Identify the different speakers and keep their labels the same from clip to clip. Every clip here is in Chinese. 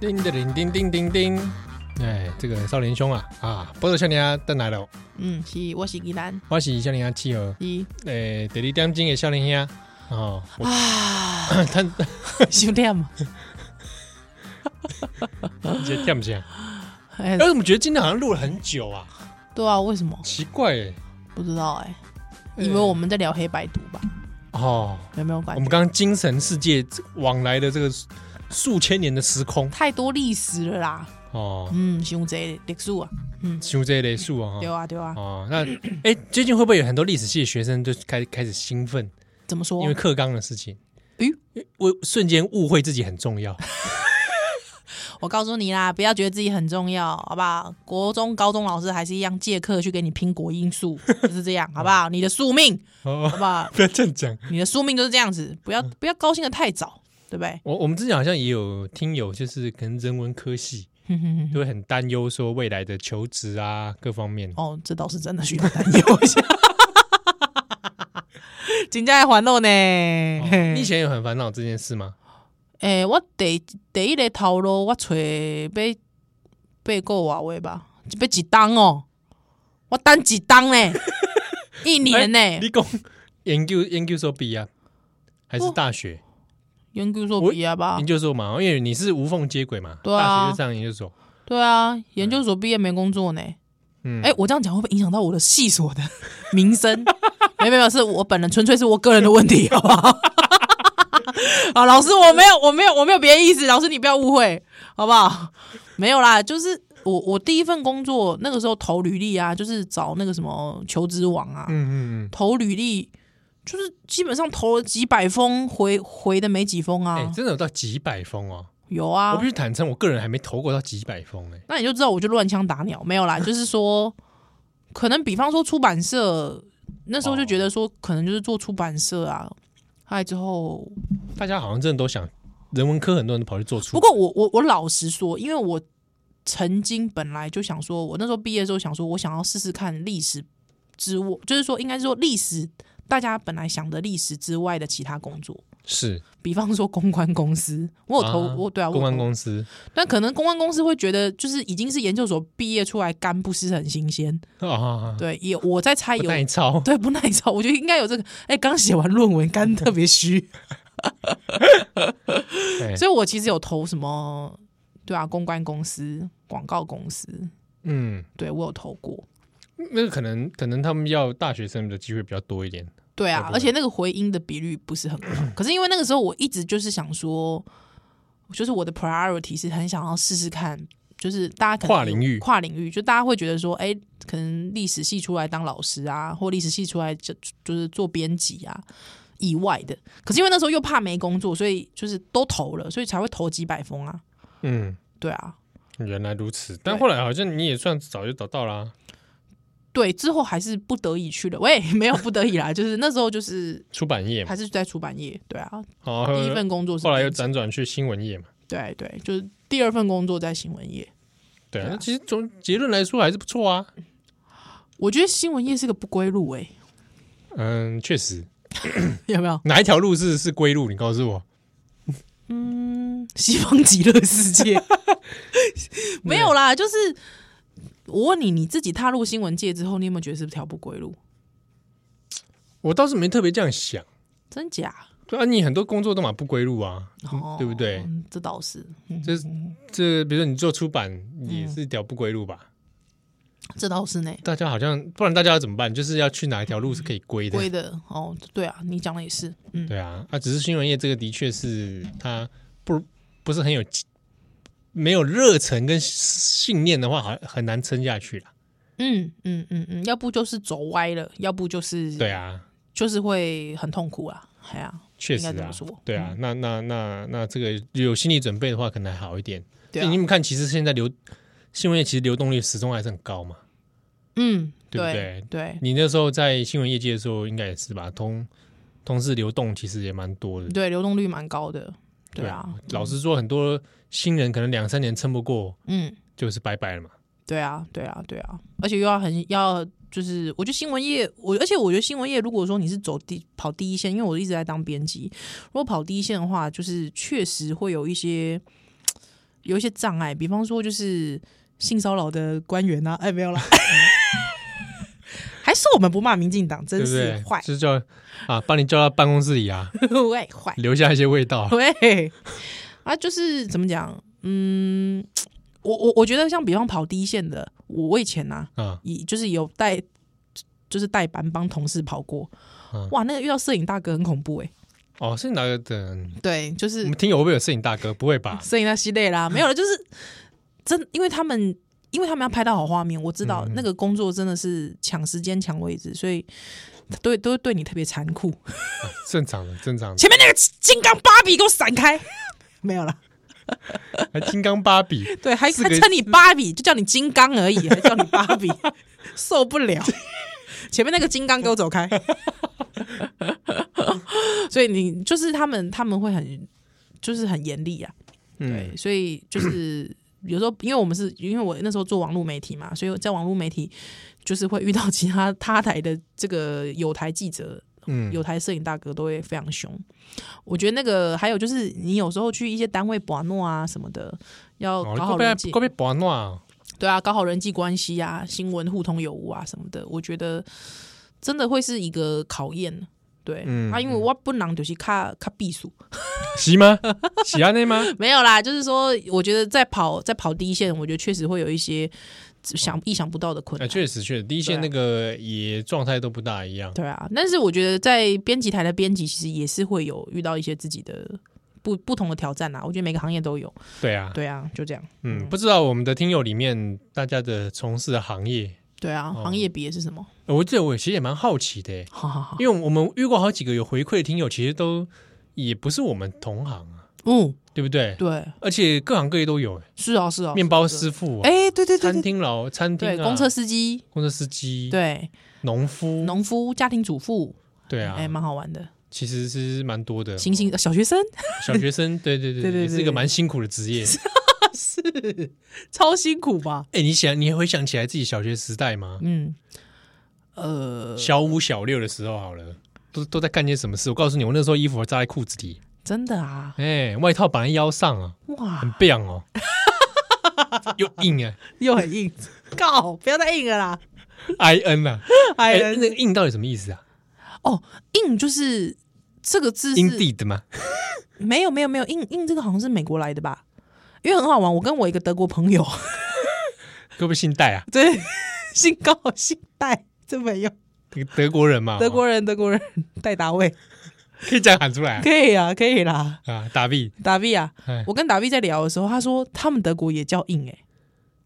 Speaker 1: 叮的铃叮叮叮叮。哎，这个少年兄啊啊，波多少年啊，邓来了，
Speaker 2: 嗯，是我是宜兰，
Speaker 1: 我是少年啊企鹅，
Speaker 2: 是
Speaker 1: 诶、第二点钟的少年兄哦，哎我
Speaker 2: 啊，
Speaker 1: 他
Speaker 2: 想念嘛？
Speaker 1: 这跳不下。
Speaker 2: 哎
Speaker 1: 哎，我怎么觉得今天好像录了很久啊？
Speaker 2: 对啊，为什么？
Speaker 1: 奇怪、欸，
Speaker 2: 不知道哎，以为我们在聊黑白读吧？
Speaker 1: 哦，
Speaker 2: 有没有感
Speaker 1: 嗯我
Speaker 2: 觉
Speaker 1: 们？刚刚精神世界往来的这个数千年的时空
Speaker 2: 太多历史了啦，
Speaker 1: 哦，
Speaker 2: 嗯，凶贼历史啊，
Speaker 1: 修这一类数啊。
Speaker 2: 对啊对啊，
Speaker 1: 哦，那哎、最近会不会有很多历史系的学生就开开始兴奋，
Speaker 2: 怎么说
Speaker 1: 因？为课纲的事情？
Speaker 2: 哎
Speaker 1: 我瞬间误会自己很重要。
Speaker 2: 我告诉你啦，不要觉得自己很重要，好不好？国中、高中老师还是一样借课去给你拼国 音数，就是这样，好不好？你的宿命，
Speaker 1: 哦
Speaker 2: 好，不好？
Speaker 1: 不要这样讲。
Speaker 2: 你的宿命就是这样子，不要不要高兴的太早，对不对？
Speaker 1: 我我们之前好像也有听友，就是可能人文科系
Speaker 2: 哼哼嗯哼
Speaker 1: 就会很担忧说未来的求职啊各方面。
Speaker 2: 哦，这倒是真的需要担忧一下。 真正烦恼呢，
Speaker 1: 哦你以前有很烦恼这件事吗？
Speaker 2: 诶、我第第一个头路，我找要八个外位吧，要一档哦，我等一档呢， 一年呢、
Speaker 1: 你讲研究研究所毕业啊还是
Speaker 2: 不
Speaker 1: 大学？
Speaker 2: 哦研究所毕业吧
Speaker 1: 研？究所嘛，因为你是无缝接轨嘛，
Speaker 2: 啊对啊
Speaker 1: 大学就上研究所，
Speaker 2: 对啊，研究所毕业没工作呢。
Speaker 1: 嗯，
Speaker 2: 哎、我这样讲会不会影响到我的系所的名声？ 没有没有，是我本人，纯粹是我个人的问题，好不好？ 啊，老师，我没有，我没有，我没有别的意思，老师你不要误会，好不好？没有啦，就是我我第一份工作那个时候投履历啊，就是找那个什么求职网啊，
Speaker 1: 嗯嗯嗯，
Speaker 2: 投履历就是基本上投了几百封，回回的没几封啊，
Speaker 1: 哎、真的有到几百封哦、
Speaker 2: 有
Speaker 1: 我
Speaker 2: 啊
Speaker 1: 必，须坦诚，我个人还没投过到几百封哎、
Speaker 2: 那你就知道我就乱枪打鸟，没 有啦，就是说，可能比方说出版社那时候就觉得说，可能就是做出版社啊，后来之后，
Speaker 1: 大家好像真的都想人文科，很多人都跑去做出
Speaker 2: 不过我我我老实说，因为我曾经本来就想说，我那时候毕业的时候想说，我想要试试看历史之外，就是说应该是说历史大家本来想的历史之外的其他工作。
Speaker 1: 是
Speaker 2: 比方说公关公司，我有投、
Speaker 1: 啊
Speaker 2: 我对啊，我有
Speaker 1: 公关
Speaker 2: 投
Speaker 1: 公司
Speaker 2: 但可能公关公司会觉得，就是已经是研究所毕业出来干部是很新鲜，
Speaker 1: 啊，
Speaker 2: 对，也我在猜
Speaker 1: 不
Speaker 2: 有
Speaker 1: 耐操，
Speaker 2: 对不耐操，我觉得应该有这个。哎，刚写完论文，肝特别 虚，
Speaker 1: 哎
Speaker 2: 所以我其实有投什么，对啊，公关公司、广告公司，
Speaker 1: 嗯，
Speaker 2: 对我有投过，
Speaker 1: 那个可能可能他们要大学生的机会比较多一点，
Speaker 2: 对
Speaker 1: 会
Speaker 2: 啊
Speaker 1: 不，会
Speaker 2: 而且那个回音的比率不是很高。 可是因为那个时候我一直就是想说，就是我的 priority 是很想要试试看。就是大家可能
Speaker 1: 跨领域
Speaker 2: 跨领域，就大家会觉得说，哎、可能历史系出来当老师啊，或历史系出来就就是做编辑啊，以外的。可是因为那时候又怕没工作，所以就是都投了，所以才会投几百封啊。
Speaker 1: 嗯，
Speaker 2: 对啊，
Speaker 1: 原来如此。但
Speaker 2: 对
Speaker 1: 后来好像你也算早就找到啊啦、
Speaker 2: 对，之后还是不得已去了。喂，没有不得已啦，就是那时候 就是
Speaker 1: 出版业嘛
Speaker 2: 还，是在出版业。对啊，
Speaker 1: 好，
Speaker 2: 第一份工作是
Speaker 1: 后来又
Speaker 2: 编辑
Speaker 1: 辗转去新闻业嘛。
Speaker 2: 对对，就是第二份工作在新闻业。
Speaker 1: 对啊，
Speaker 2: 对啊
Speaker 1: 那其实从结论来说还是不错啊。
Speaker 2: 我觉得新闻业是个不归路哎、
Speaker 1: 嗯，确实，
Speaker 2: 有没有？
Speaker 1: 哪一条路是是归路？你告诉我。
Speaker 2: 嗯，西方极乐 世界没有啦，就是我问你，你自己踏入新闻界之后，你有没有觉得是不是条不归路？
Speaker 1: 我倒是没特别这样想。
Speaker 2: 真假？
Speaker 1: 对啊，你很多工作都嘛不归路啊，
Speaker 2: 哦，
Speaker 1: 对不对？
Speaker 2: 嗯这倒是，
Speaker 1: 这这，比如说你做出版也是一条不归路吧？
Speaker 2: 这倒是呢。
Speaker 1: 大家好像，不然大家要怎么办？就是要去哪一条路是可以归的？
Speaker 2: 归的哦，对啊，你讲的也是，嗯，
Speaker 1: 对啊，啊，只是新闻业这个的确是它不不是很有没有热忱跟信念的话，好很难撑下去了。
Speaker 2: 嗯嗯嗯嗯，要不就是走歪了，要不就是
Speaker 1: 对啊，
Speaker 2: 就是会很痛苦啊，哎呀，
Speaker 1: 确实
Speaker 2: 应该这
Speaker 1: 啊
Speaker 2: 么说，嗯
Speaker 1: 对啊，那那那那这个有心理准备的话，可能还好一点。
Speaker 2: 对
Speaker 1: 你
Speaker 2: 啊，
Speaker 1: 们看，其实现在流新闻业其实流动率始终还是很高嘛。
Speaker 2: 嗯，
Speaker 1: 对不
Speaker 2: 对对
Speaker 1: 你那时候在新闻业界的时候，应该也是吧？同同事流动其实也蛮多的。
Speaker 2: 对，流动率蛮高的，对啊，
Speaker 1: 老实说，很多新人可能两三年撑不过，
Speaker 2: 嗯，
Speaker 1: 就是拜拜了嘛。
Speaker 2: 对啊，对啊，对啊，而且又要很要。就是我觉得新闻业，我而且我觉得新闻业，如果说你是走第跑第一线，因为我一直在当编辑，如果跑第一线的话，就是确实会有一些有一些障碍，比方说就是性骚扰的官员啊，哎，没有 啦，还是我们不骂民进党，
Speaker 1: 对
Speaker 2: 真
Speaker 1: 不
Speaker 2: 是
Speaker 1: 对？
Speaker 2: 坏，
Speaker 1: 就是叫啊，把你叫到办公室里 啊，
Speaker 2: 喂，坏，
Speaker 1: 留下一些味道。
Speaker 2: 对，啊，就是怎么讲，嗯，我我我觉得像比方跑第一线的，我我以前呐、啊，
Speaker 1: 啊，
Speaker 2: 以就是有带，就是带班帮同事跑过，
Speaker 1: 嗯
Speaker 2: 哇，那个遇到摄影大哥很恐怖哎、
Speaker 1: 哦，摄影大哥等
Speaker 2: 对，就
Speaker 1: 我
Speaker 2: 是
Speaker 1: 们听友会不会有摄影大哥？不会 吧？
Speaker 2: 摄影那系列啦，没有了，就是真，因为他们因为他们要拍到好画面，我知道
Speaker 1: 嗯嗯
Speaker 2: 那个工作真的是抢时间抢位置，所以对都会对你特别残酷。
Speaker 1: 正常的，正常的。
Speaker 2: 前面那个金刚芭比给我闪开， 没有啦，
Speaker 1: 还金刚芭比，
Speaker 2: 对，还
Speaker 1: 四
Speaker 2: 还
Speaker 1: 个
Speaker 2: 称你芭比，就叫你金刚而已，还叫你芭 比，受不了。前面那个金刚给我走开，所以你就是他们，他们会很就是很严厉啊。 对，
Speaker 1: 嗯，
Speaker 2: 所以就是 有时候，因为我们是因为我那时候做网络媒体嘛，所以在网络媒体就是会遇到其他他台的这个有台记者、
Speaker 1: 嗯
Speaker 2: 有台摄影大哥都会非常凶。我觉得那个还有就是，你有时候去一些单位把诺啊什么的，要
Speaker 1: 哦，
Speaker 2: 搞
Speaker 1: 够
Speaker 2: 好
Speaker 1: 被
Speaker 2: 人际，
Speaker 1: 够被拔暖啊，
Speaker 2: 对啊，搞好人际关系啊，新闻互通有无啊什么的，我觉得真的会是一个考验。对，
Speaker 1: 嗯
Speaker 2: 啊，因为我本人就是卡卡避暑，
Speaker 1: 是吗？喜安内吗？
Speaker 2: 没有啦，就是说，我觉得在跑在跑第一线，我觉得确实会有一些想意想不到的困
Speaker 1: 哎，
Speaker 2: 难。
Speaker 1: 确实确实，第一线那个也状态都不大一样。
Speaker 2: 啊对啊，但是我觉得在编辑台的编辑其实也是会有遇到一些自己的不不同的挑战啊。我觉得每个行业都有。
Speaker 1: 对啊，
Speaker 2: 对啊，就这样。
Speaker 1: 嗯，不知道我们的听友里面大家的从事的行业，
Speaker 2: 对啊，
Speaker 1: 哦
Speaker 2: 行业别是什么？
Speaker 1: 呃我记得我其实也蛮好奇的耶，
Speaker 2: 好好好，
Speaker 1: 因为我们遇过好几个有回馈的听友，其实都也不是我们同行啊，
Speaker 2: 嗯，
Speaker 1: 对不对？
Speaker 2: 对，
Speaker 1: 而且各行各业都有耶，
Speaker 2: 是啊，是啊，
Speaker 1: 面包
Speaker 2: 是啊是啊
Speaker 1: 师傅啊、
Speaker 2: 哎，对对对
Speaker 1: 餐
Speaker 2: 对对，
Speaker 1: 厅老餐厅
Speaker 2: 对，
Speaker 1: 啊、
Speaker 2: 公车司机，
Speaker 1: 公车司机、
Speaker 2: 对，
Speaker 1: 农夫，
Speaker 2: 农夫、家庭主妇，
Speaker 1: 对啊，
Speaker 2: 哎，蛮好玩的。
Speaker 1: 其实是蛮多的。
Speaker 2: 星星小学生
Speaker 1: 小学生，对对对
Speaker 2: 对对
Speaker 1: 也是一
Speaker 2: 对
Speaker 1: 个蛮辛苦的职业。
Speaker 2: 是超辛苦吧？
Speaker 1: 哎，你想，你回想起来自己小学时代吗？
Speaker 2: 嗯，呃，
Speaker 1: 小五、小六的时候好了，都都在干些什么事？我告诉你，我那时候衣服还扎在裤子里，
Speaker 2: 真的啊，
Speaker 1: 哎，外套绑在腰上啊，
Speaker 2: 哇，
Speaker 1: 很棒 哦，又硬啊
Speaker 2: 又很硬，靠！不要再硬了啦！
Speaker 1: ，I N 啊，
Speaker 2: 哎
Speaker 1: 哎，，那个硬到底什么意思啊
Speaker 2: 哦，硬就是这个字是
Speaker 1: ？Indeed 吗？
Speaker 2: 没有没有没有硬硬这个好像是美国来的吧？因为很好玩，我跟我一个德国朋友，
Speaker 1: 会不会姓戴啊？
Speaker 2: 对，姓高姓戴，真没用，
Speaker 1: 那个德国人嘛，哦
Speaker 2: 德国人德国人戴达卫，
Speaker 1: 可以这样喊出来啊
Speaker 2: 可以啊可以啦，
Speaker 1: 啊，打 B，
Speaker 2: 达比啊
Speaker 1: 哎，
Speaker 2: 我跟达比在聊的时候，他说他们德国也叫硬哎、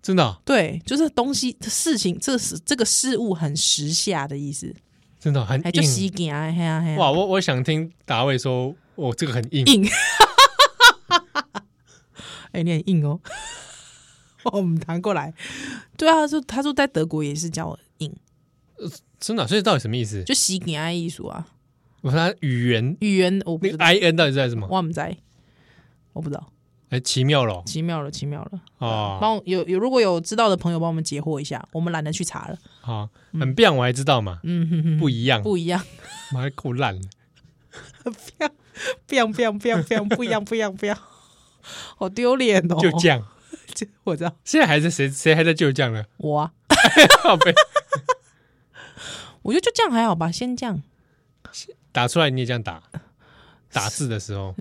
Speaker 1: 真的哦
Speaker 2: 对，就是东西事情，这是这个事物很时下的意思，
Speaker 1: 真的哦很
Speaker 2: 哎，就
Speaker 1: 硬
Speaker 2: 西感啊，嘿啊嘿啊，
Speaker 1: 哇！我我想听达卫说，我这个很硬，
Speaker 2: 硬，哎、你很硬哦。 我们谈过来，对啊，就他说在德国也是叫我硬，
Speaker 1: 真的哦，所以到底什么意思？
Speaker 2: 就洗给爱艺术啊，
Speaker 1: 我说他语言
Speaker 2: 语言我不
Speaker 1: 那
Speaker 2: 知
Speaker 1: 个
Speaker 2: 道，
Speaker 1: I N 到底在什么？
Speaker 2: 我们在，我不知道，
Speaker 1: 哎，奇妙了
Speaker 2: 奇妙了，奇妙了，
Speaker 1: 哦
Speaker 2: 帮我有有如果有知道的朋友帮我们解惑一下，我们懒得去查了，
Speaker 1: 好，很棒，我还知道嘛，
Speaker 2: 嗯哼哼，
Speaker 1: 不一样，
Speaker 2: 不一样，
Speaker 1: 妈的够烂了。
Speaker 2: 不一样，不一样，不一样，不一样，不一样，不一样，不一样，好丢脸哦，
Speaker 1: 就这样，
Speaker 2: 这 我知道，
Speaker 1: 现在还在谁谁还在就这样呢？
Speaker 2: 我、啊，
Speaker 1: 靠背
Speaker 2: 我觉得就这样还好吧，先这样，
Speaker 1: 打出来你也这样打，打字的时候，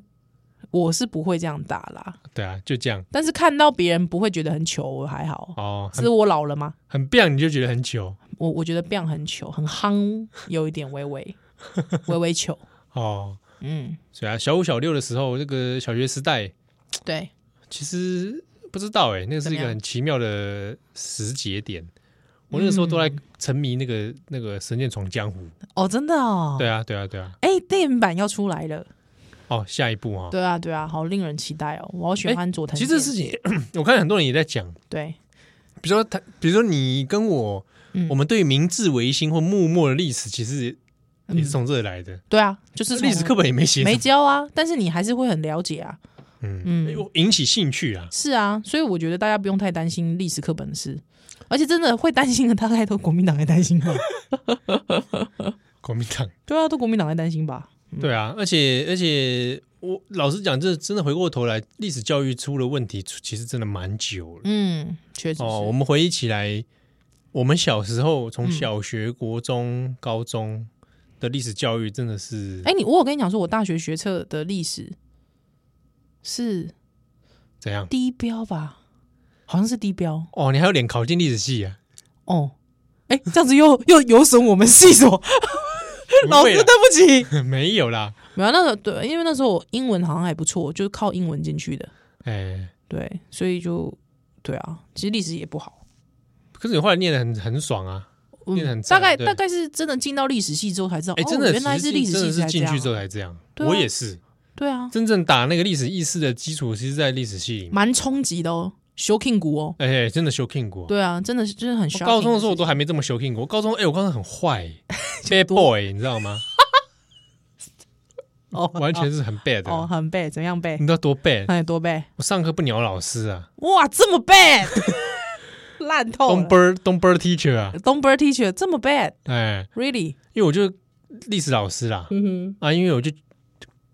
Speaker 2: 我是不会这样打啦，
Speaker 1: 对啊，就这样
Speaker 2: 但是看到别人不会觉得很糗，我还好。
Speaker 1: 哦，
Speaker 2: 只是
Speaker 1: 很
Speaker 2: 我老了吗？
Speaker 1: 很棒，你就觉得很糗
Speaker 2: 我我觉得 Bang 很糗，很夯，有一点微微 微微糗。
Speaker 1: 哦。
Speaker 2: 嗯，
Speaker 1: 所以啊，小五小六的时候，那个小学时代，
Speaker 2: 对，
Speaker 1: 其实不知道哎、那个是一
Speaker 2: 怎么
Speaker 1: 个
Speaker 2: 样
Speaker 1: 很奇妙的时节点。我那个时候都在沉迷那个那个《神剑闯江湖》，
Speaker 2: 哦，真的嗯哦。
Speaker 1: 对啊，对啊，对啊。
Speaker 2: 哎、电影版要出来了。
Speaker 1: 哦，下一步啊、哦，
Speaker 2: 对啊，对啊，好令人期待哦。我好喜欢佐藤
Speaker 1: 其
Speaker 2: 健。
Speaker 1: 实这事情 我看很多人也在讲，
Speaker 2: 对，
Speaker 1: 比如说他，比如说你跟我，
Speaker 2: 嗯
Speaker 1: 我们对明治维新或幕末的历史，其实也是从这来的。
Speaker 2: 对啊，嗯就是
Speaker 1: 历史课本也没写什么，
Speaker 2: 没教啊，但是你还是会很了解啊。
Speaker 1: 嗯，我引起兴趣啊。
Speaker 2: 是啊，所以我觉得大家不用太担心历史课本的事，而且真的会担心的大概都国民党在担心吧。
Speaker 1: 国民党
Speaker 2: 对啊，都国民党在担心吧。
Speaker 1: 对啊，而且而且我老实讲，这真的回过头来，历史教育出了问题，出其实真的蛮久了
Speaker 2: 嗯，确实是，嗯
Speaker 1: 哦。我们回忆起来，我们小时候从小学、国中、高中的历史教育真的是
Speaker 2: 哎、你我有跟你讲说，我大学学测的历史是
Speaker 1: 怎样？
Speaker 2: 低标吧？好像是低标
Speaker 1: 哦，你还有脸考进历史系啊？
Speaker 2: 哦。哎、这样子又又有损我们系所， 老
Speaker 1: 不
Speaker 2: 师
Speaker 1: 会
Speaker 2: 对
Speaker 1: 啦
Speaker 2: 不起。
Speaker 1: 没有啦，
Speaker 2: 没有那个对，因为那时候我英文好像还不错，就是靠英文进去的。
Speaker 1: 哎，
Speaker 2: 对，所以就对啊，其实历史也不好。嗯
Speaker 1: 可是你后来念的很很爽啊！念得很
Speaker 2: 大
Speaker 1: 赞
Speaker 2: 概
Speaker 1: 对
Speaker 2: 大概是真的进到历史系之后才知道，
Speaker 1: 哎，真的
Speaker 2: 哦、原来
Speaker 1: 其
Speaker 2: 是
Speaker 1: 实
Speaker 2: 历史
Speaker 1: 真
Speaker 2: 系
Speaker 1: 的是
Speaker 2: 才这
Speaker 1: 进
Speaker 2: 样
Speaker 1: 去之。后才这样。
Speaker 2: 对啊
Speaker 1: 我也是，
Speaker 2: 对啊，
Speaker 1: 真正打那个历史意识的基础，其实在历史系里面。
Speaker 2: 蛮冲击的哦，修 king 股哦。
Speaker 1: 哎，真的修 king 过。
Speaker 2: 对啊，真的是真的很
Speaker 1: 我
Speaker 2: shocking
Speaker 1: 高中的时候我
Speaker 2: 事
Speaker 1: 都还没这么修 king 过。我高中哎、我高中很坏、b a d boy，你知道吗？
Speaker 2: 情哦
Speaker 1: 完全是很 bad 的、
Speaker 2: 哦很 bad，怎么样 bad？
Speaker 1: 你知道多 bad？
Speaker 2: 哎，多 bad？
Speaker 1: 我上课不鸟老师啊，
Speaker 2: 哇，这么 bad，烂透
Speaker 1: 东
Speaker 2: 了。
Speaker 1: bird 东 bird teacher 啊，
Speaker 2: 东 bird teacher 这么
Speaker 1: 哎，
Speaker 2: bad，really？
Speaker 1: 因为我就历史老师啦，
Speaker 2: 嗯哼，
Speaker 1: 啊，因为我就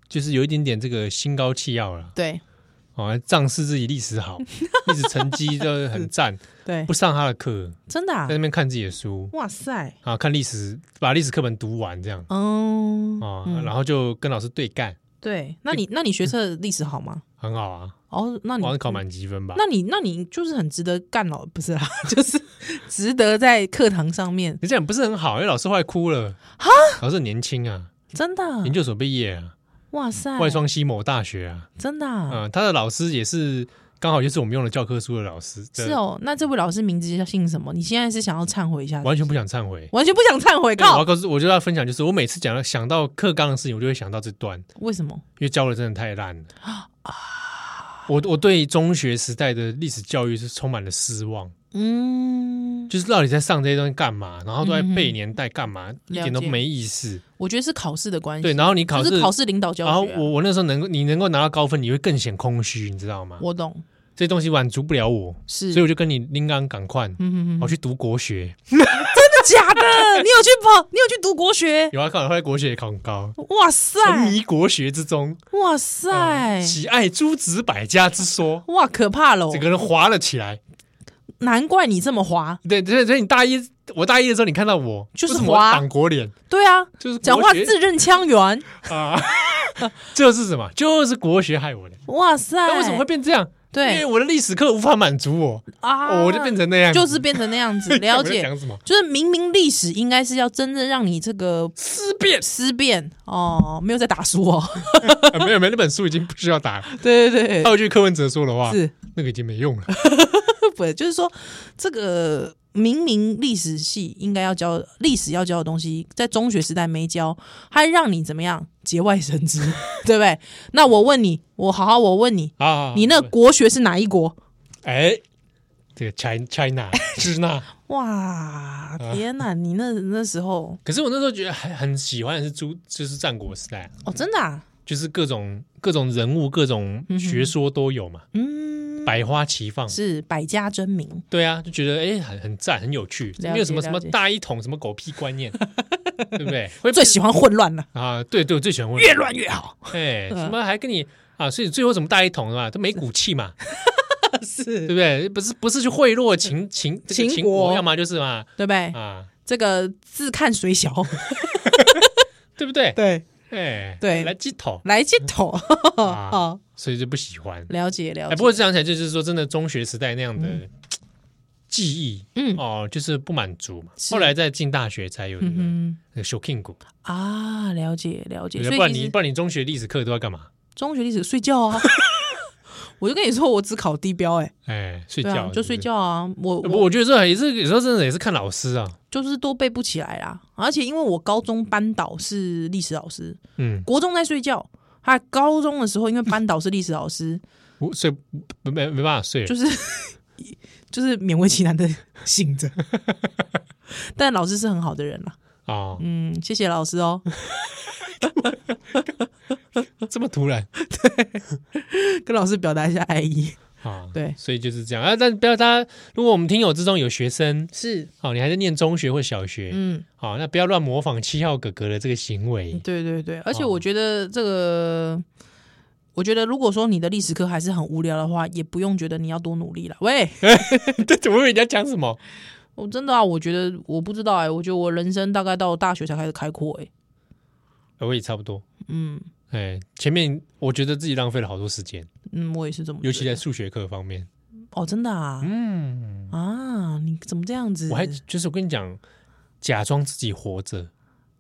Speaker 1: 就是有一点点这个心高气傲了，
Speaker 2: 对
Speaker 1: 啊，仗势自己历史 好，历史成绩都很赞，
Speaker 2: 对
Speaker 1: 不，上他的课，
Speaker 2: 真的啊
Speaker 1: 在，那边看自己的书
Speaker 2: 哇塞，
Speaker 1: 啊，看历史，把历史课本读完这样
Speaker 2: 嗯，
Speaker 1: 啊，
Speaker 2: 嗯
Speaker 1: 然后就跟老师对干，
Speaker 2: 对，那你那你学测历史好吗？
Speaker 1: 很好啊，
Speaker 2: 哦，那你
Speaker 1: 嗯我好像考满积分吧。
Speaker 2: 那你那你就是很值得干老，不是啦， 就是值得在课堂上面
Speaker 1: 你这样不是很好，因为老师后来哭了。老师很年轻啊，
Speaker 2: 真的
Speaker 1: 研究所毕业啊，
Speaker 2: 哇塞，
Speaker 1: 外双西某大学啊，
Speaker 2: 真的啊、
Speaker 1: 嗯，他的老师也是刚好就是我们用的教科书的老师，
Speaker 2: 是，哦。那这位老师名字叫姓什么？你现在是想要忏悔一下，
Speaker 1: 完全不想忏悔。
Speaker 2: 完全不想忏悔，
Speaker 1: 我要
Speaker 2: 靠，
Speaker 1: 告诉，我就要分享，就是我每次讲到想到课纲的事情，我就会想到这段，因
Speaker 2: 为什么？
Speaker 1: 为教的真的太 烂了我我对中学时代的历史教育是充满了失望，
Speaker 2: 嗯，
Speaker 1: 就是到底在上这些东西干嘛，然后都在
Speaker 2: 嗯哼
Speaker 1: 背年代干嘛，一点都
Speaker 2: 了解
Speaker 1: 没意思。
Speaker 2: 我觉得是考试的关系，
Speaker 1: 对，然后你考
Speaker 2: 就
Speaker 1: 试
Speaker 2: 是考试领导教
Speaker 1: 然后
Speaker 2: 学啊、
Speaker 1: 我我那时候能够你能够拿到高分，你会更显空虚，你知道吗？
Speaker 2: 我懂，
Speaker 1: 这东西满足不了我，
Speaker 2: 嗯是，
Speaker 1: 所以我就跟你拎刚赶快，
Speaker 2: 嗯嗯嗯，
Speaker 1: 我去读国学。
Speaker 2: 假的， 你有去跑，你有去读国学？
Speaker 1: 有啊，考后来国学也考很高，
Speaker 2: 哇塞，
Speaker 1: 沉迷国学之中，啊
Speaker 2: 哇塞，
Speaker 1: 喜爱诸子百家之说，
Speaker 2: 哇，可怕喽！
Speaker 1: 整个人滑了起来。
Speaker 2: 难怪你这么滑，
Speaker 1: 对，对，所以你大一，我大一的时候，你看到我
Speaker 2: 就是
Speaker 1: 为什么
Speaker 2: 滑
Speaker 1: 党国脸，
Speaker 2: 对啊，
Speaker 1: 就是
Speaker 2: 讲话
Speaker 1: 国学
Speaker 2: 字正腔圆，
Speaker 1: 啊，就是什么，就是国学害我的。
Speaker 2: 哇塞！
Speaker 1: 那为什么会变这样？因为
Speaker 2: 对
Speaker 1: 我的历史课无法满足我，
Speaker 2: 啊
Speaker 1: 哦我就变成那样子，
Speaker 2: 就是变成那样子？了
Speaker 1: 我在
Speaker 2: 解，
Speaker 1: 讲什么
Speaker 2: 就是明明历史应该是要真正让你这个
Speaker 1: 思辨。
Speaker 2: 思辨哦，没有在打书哦。
Speaker 1: 啊、没有没有，那本书已经不需要打了。
Speaker 2: 对对对，
Speaker 1: 套一句柯文哲说的话，
Speaker 2: 是
Speaker 1: 那个已经没用了。
Speaker 2: 不就是说这个明明历史系应该要教历史要教的东西，在中学时代没教，还让你怎么样节外生枝， 对不对？那我问你，我好好我问你，
Speaker 1: 啊，
Speaker 2: 你那国学是哪一国？
Speaker 1: 哎，这个 China China 支那，啊
Speaker 2: 哇，天哪！你那那时候
Speaker 1: 可是我那时候觉得很很喜欢的是朱，就是战国时代，
Speaker 2: 哦，真的、啊，
Speaker 1: 就是各种各种人物、各种学说都有嘛，
Speaker 2: 嗯，
Speaker 1: 百花齐放。
Speaker 2: 是百家争鸣，
Speaker 1: 对啊，就觉得哎，很很赞，很有趣，
Speaker 2: 解
Speaker 1: 没有什么什么
Speaker 2: 了解
Speaker 1: 大一统什么狗屁观 念，对不对？会
Speaker 2: 最喜欢混乱了，
Speaker 1: 啊，对对，我最喜欢问
Speaker 2: 越乱越好。
Speaker 1: 哎，
Speaker 2: 嗯
Speaker 1: 什么还跟你啊，所以最后怎么大一统的嘛，都没骨气嘛，
Speaker 2: 嗯
Speaker 1: 对
Speaker 2: 是
Speaker 1: 不对？不是不是去贿赂秦秦这个
Speaker 2: 秦
Speaker 1: 秦
Speaker 2: 国
Speaker 1: 要么就是嘛
Speaker 2: 对不对？
Speaker 1: 啊，
Speaker 2: 这个自看水小，
Speaker 1: 对不对？
Speaker 2: 对，
Speaker 1: 哎，
Speaker 2: 对
Speaker 1: 来鸡头，
Speaker 2: 来接头
Speaker 1: 啊
Speaker 2: 哦，
Speaker 1: 所以就不喜欢。
Speaker 2: 了解了
Speaker 1: 哎，
Speaker 2: 解。
Speaker 1: 不过想起来就是说，真的中学时代那样的记忆
Speaker 2: 嗯
Speaker 1: 哦，就是不满足嘛。
Speaker 2: 是
Speaker 1: 后来再进大学才有这个
Speaker 2: 嗯
Speaker 1: 那个 shocking 股，
Speaker 2: 哼啊，了解了解。
Speaker 1: 对
Speaker 2: 所
Speaker 1: 不然
Speaker 2: 以
Speaker 1: 你
Speaker 2: 其实
Speaker 1: 不然你中学历史课都要干嘛？
Speaker 2: 中学历史睡觉啊， 我就跟你说，我只考低标，哎，
Speaker 1: 哎，睡
Speaker 2: 对
Speaker 1: 觉
Speaker 2: 啊，就睡。觉啊，我
Speaker 1: 呃对不对我
Speaker 2: 我
Speaker 1: 我觉得这也是有时候真的也是看老师啊，
Speaker 2: 就是都背不起来啦。而且因为我高中班导是历史老师，
Speaker 1: 嗯，
Speaker 2: 国中在睡觉。他高中的时候，因为班导是历史老师，
Speaker 1: 我睡没没没办法睡
Speaker 2: 就是 就是勉为其难的醒着。 但老师是很好的人啦，
Speaker 1: 啊，
Speaker 2: 嗯，谢谢老师哦。
Speaker 1: 这么突然
Speaker 2: 跟老师表达一下爱意。
Speaker 1: 啊，
Speaker 2: 对
Speaker 1: 所以就是这样啊。但不要大家，如果我们听友之中有学生，
Speaker 2: 是，
Speaker 1: 好、你还在念中学或小学，
Speaker 2: 嗯，
Speaker 1: 好、那不要乱模仿七号哥哥的这个行为。
Speaker 2: 对对对，而且
Speaker 1: 哦
Speaker 2: 我觉得这个。我觉得，如果说你的历史课还是很无聊的话，也不用觉得你要多努力了。喂，
Speaker 1: 对，怎么会人家讲什么？
Speaker 2: 我真的啊，我觉得我不知道哎、我觉得我人生大概到大学才开始开阔哎、
Speaker 1: 呃我也差不多。
Speaker 2: 嗯
Speaker 1: 哎，前面我觉得自己浪费了好多时间，
Speaker 2: 嗯，我也是这么觉得，
Speaker 1: 尤其在数学课方面。
Speaker 2: 哦，真的啊，
Speaker 1: 嗯，
Speaker 2: 啊，你怎么这样子？
Speaker 1: 我还就是我跟你讲，假装自己活着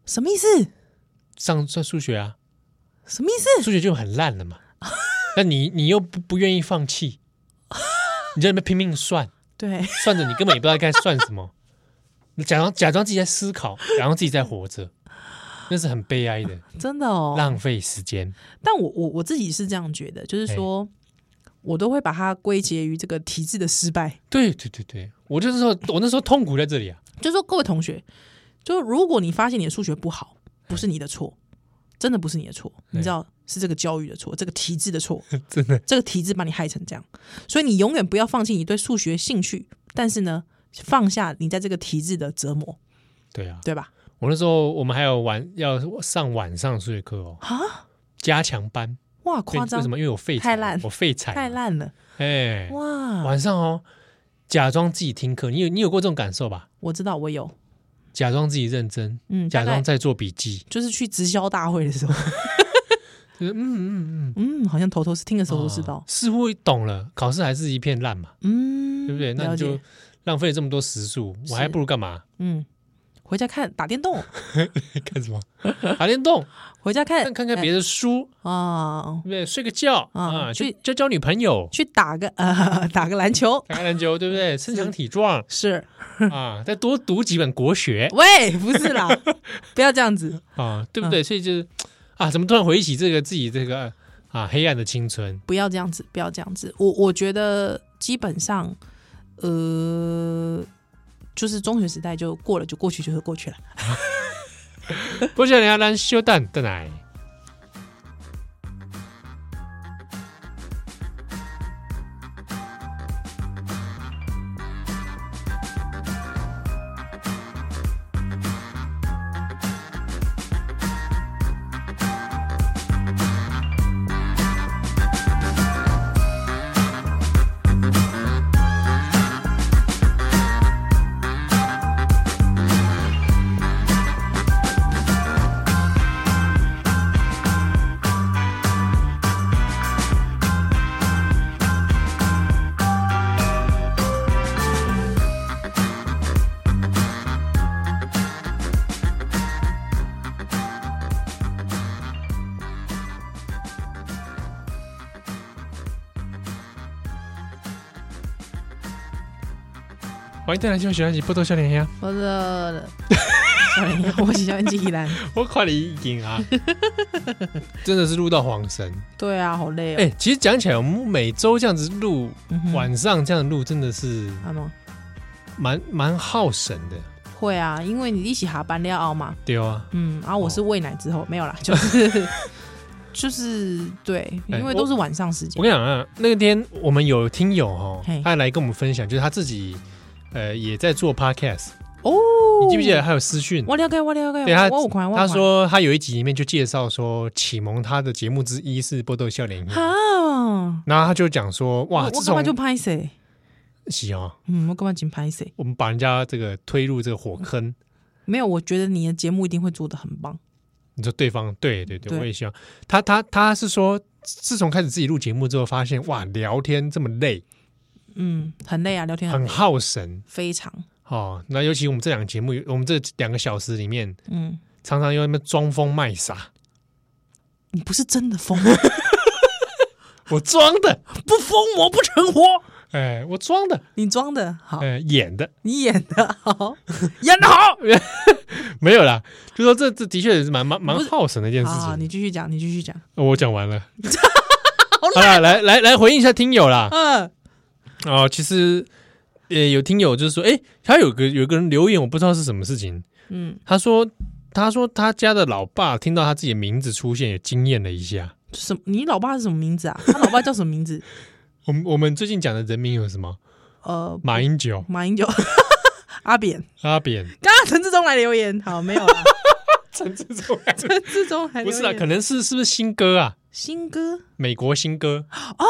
Speaker 2: 什么意思？
Speaker 1: 上算数学 啊，
Speaker 2: 什么意思？
Speaker 1: 数学就很烂了嘛。那你你又不不愿意放弃，你在那边拼命算，
Speaker 2: 对，
Speaker 1: 算着你根本也不知道该算什么，你假装假装自己在思考，然后自己在活着，那是很悲哀的，
Speaker 2: 真的哦。
Speaker 1: 浪费时间。
Speaker 2: 但我我我自己是这样觉得，就是说，我都会把它归结于这个体制的失败。
Speaker 1: 对对对对，我就是说我那时候痛苦在这里啊。
Speaker 2: 就说各位同学，就如果你发现你的数学不好，不是你的错，真的不是你的错，你知道是这个教育的错， 这个体制的错，
Speaker 1: 真的
Speaker 2: 这个体制把你害成这样。所以你永远不要放弃你对数学兴趣，但是呢，放下你在这个体制的折磨，
Speaker 1: 对啊，
Speaker 2: 对吧？
Speaker 1: 我那时候我们还有晚要上晚上数学课哦，
Speaker 2: 啊，
Speaker 1: 加强班。
Speaker 2: 哇，
Speaker 1: 对
Speaker 2: 夸
Speaker 1: 为什
Speaker 2: 张，
Speaker 1: 么？因为我废材
Speaker 2: 太烂
Speaker 1: 我废材
Speaker 2: 太。烂了，
Speaker 1: 哎，
Speaker 2: 哇！
Speaker 1: 晚上哦，假装自己听课，你有你有过这种感受吧？
Speaker 2: 我知道，我有，
Speaker 1: 假装自己认真，
Speaker 2: 嗯，
Speaker 1: 假
Speaker 2: 大概
Speaker 1: 装在做笔记，
Speaker 2: 就是去直销大会的时候，
Speaker 1: 就是嗯嗯嗯，
Speaker 2: 嗯，好像头头是听的时候都知
Speaker 1: 啊
Speaker 2: 道，
Speaker 1: 似乎懂了，考试还是一片烂嘛，
Speaker 2: 嗯，
Speaker 1: 对不对？那
Speaker 2: 了
Speaker 1: 你就
Speaker 2: 解，
Speaker 1: 浪费了这么多时数，
Speaker 2: 是
Speaker 1: 我还不如干嘛？
Speaker 2: 嗯，回家看打电动，
Speaker 1: 干什么？ 打电 动，
Speaker 2: 回家看
Speaker 1: 看看看别的书，
Speaker 2: 哎啊
Speaker 1: 对，不对？睡个觉
Speaker 2: 啊
Speaker 1: 啊，去
Speaker 2: 去
Speaker 1: 交交女朋友，
Speaker 2: 去打个 呃打个篮球，
Speaker 1: 打个篮球，对不对？身强体壮
Speaker 2: 是，
Speaker 1: 啊，再多读几本国学
Speaker 2: 喂， 不是啦，不要这样子，
Speaker 1: 啊，对不对？所以就是啊，怎么突然回忆起这个自己这个啊黑暗的青春？
Speaker 2: 不要这样子，不要这样子，我我觉得基本上，呃。就是中学时代就过了，就过去，就是过去了。
Speaker 1: 不想聊咱小蛋蛋来。欢迎再来就喜欢是波多少年啊呀，
Speaker 2: 我的，sorry，我 喜欢纪怡兰。
Speaker 1: 我快你赢啊！ 真的是录到晃神。
Speaker 2: 对啊，好累哦。
Speaker 1: 哎、其实讲起来，我们每周这样子录，
Speaker 2: 嗯哼
Speaker 1: 晚上这样录，真的是
Speaker 2: 啊吗？
Speaker 1: 蛮蛮耗神的。
Speaker 2: 会啊，因为你一起下班了要熬嘛。
Speaker 1: 对啊，
Speaker 2: 嗯，然、后我是喂奶之后、没有啦，就是 就是对，
Speaker 1: 哎
Speaker 2: 因为都是晚上时
Speaker 1: 我跟
Speaker 2: 间。
Speaker 1: 你讲啊，那天我们有听友哦
Speaker 2: 嘿，
Speaker 1: 他来跟我们分享，就是他自己呃也在做 podcast，
Speaker 2: 哦，
Speaker 1: 你记不记得？还有私讯？
Speaker 2: 我了解，我了解。
Speaker 1: 对他
Speaker 2: 我有看，我有
Speaker 1: 他
Speaker 2: 看
Speaker 1: 说他有一集里面就介绍说，启蒙他的节目之一是波豆笑脸，
Speaker 2: 哈，
Speaker 1: 然后他就讲说，哇，
Speaker 2: 我
Speaker 1: 自
Speaker 2: 我干嘛
Speaker 1: 从
Speaker 2: 就拍谁？
Speaker 1: 喜哦，
Speaker 2: 嗯，我干嘛仅拍谁？
Speaker 1: 我们把人家这个推入这个火坑。
Speaker 2: 没有，我觉得你的节目一定会做的很棒。
Speaker 1: 你说对方对对对，
Speaker 2: 对
Speaker 1: 我也希望他他他是说，自从开始自己录节目之后，发现哇，聊天这么累，
Speaker 2: 嗯，很累啊，聊天很
Speaker 1: 很耗神
Speaker 2: 非常。
Speaker 1: 哦。那尤其我们这两个节目，我们这两个小时里面，
Speaker 2: 嗯，
Speaker 1: 常常又在那边装疯卖傻，
Speaker 2: 你不是真的疯，
Speaker 1: 我装的，
Speaker 2: 不疯魔不成活。
Speaker 1: 哎，我装的，
Speaker 2: 你装的好，
Speaker 1: 哎，演的
Speaker 2: 你演的好，演的好。
Speaker 1: 没有啦。就说这这的确也是蛮蛮蛮
Speaker 2: 不是
Speaker 1: 耗神的一件事
Speaker 2: 好好，
Speaker 1: 情。
Speaker 2: 你继续讲，你继续讲。
Speaker 1: 哦我讲完了，好啦，来来来回应一下听友啦。
Speaker 2: 嗯，
Speaker 1: 哦，其实呃，有听友就是说，哎，他有个有个人留言，我不知道是什么事情。
Speaker 2: 嗯，
Speaker 1: 他说，他说他家的老爸听到他自己的名字出现，也惊艳了一下。
Speaker 2: 什么？你老爸是什么名字啊？他老爸叫什么名字？
Speaker 1: 我们我们最近讲的人名有什么？
Speaker 2: 呃，
Speaker 1: 马英九、
Speaker 2: 马英九、 阿扁，
Speaker 1: 阿扁、
Speaker 2: 刚刚陈志忠来留言，好没 有啦，
Speaker 1: 陈志忠，
Speaker 2: 陈志忠还
Speaker 1: 不
Speaker 2: 留
Speaker 1: 是
Speaker 2: 言
Speaker 1: 啊，可能是是不是新歌啊？
Speaker 2: 新歌
Speaker 1: 美国新歌，
Speaker 2: 哦，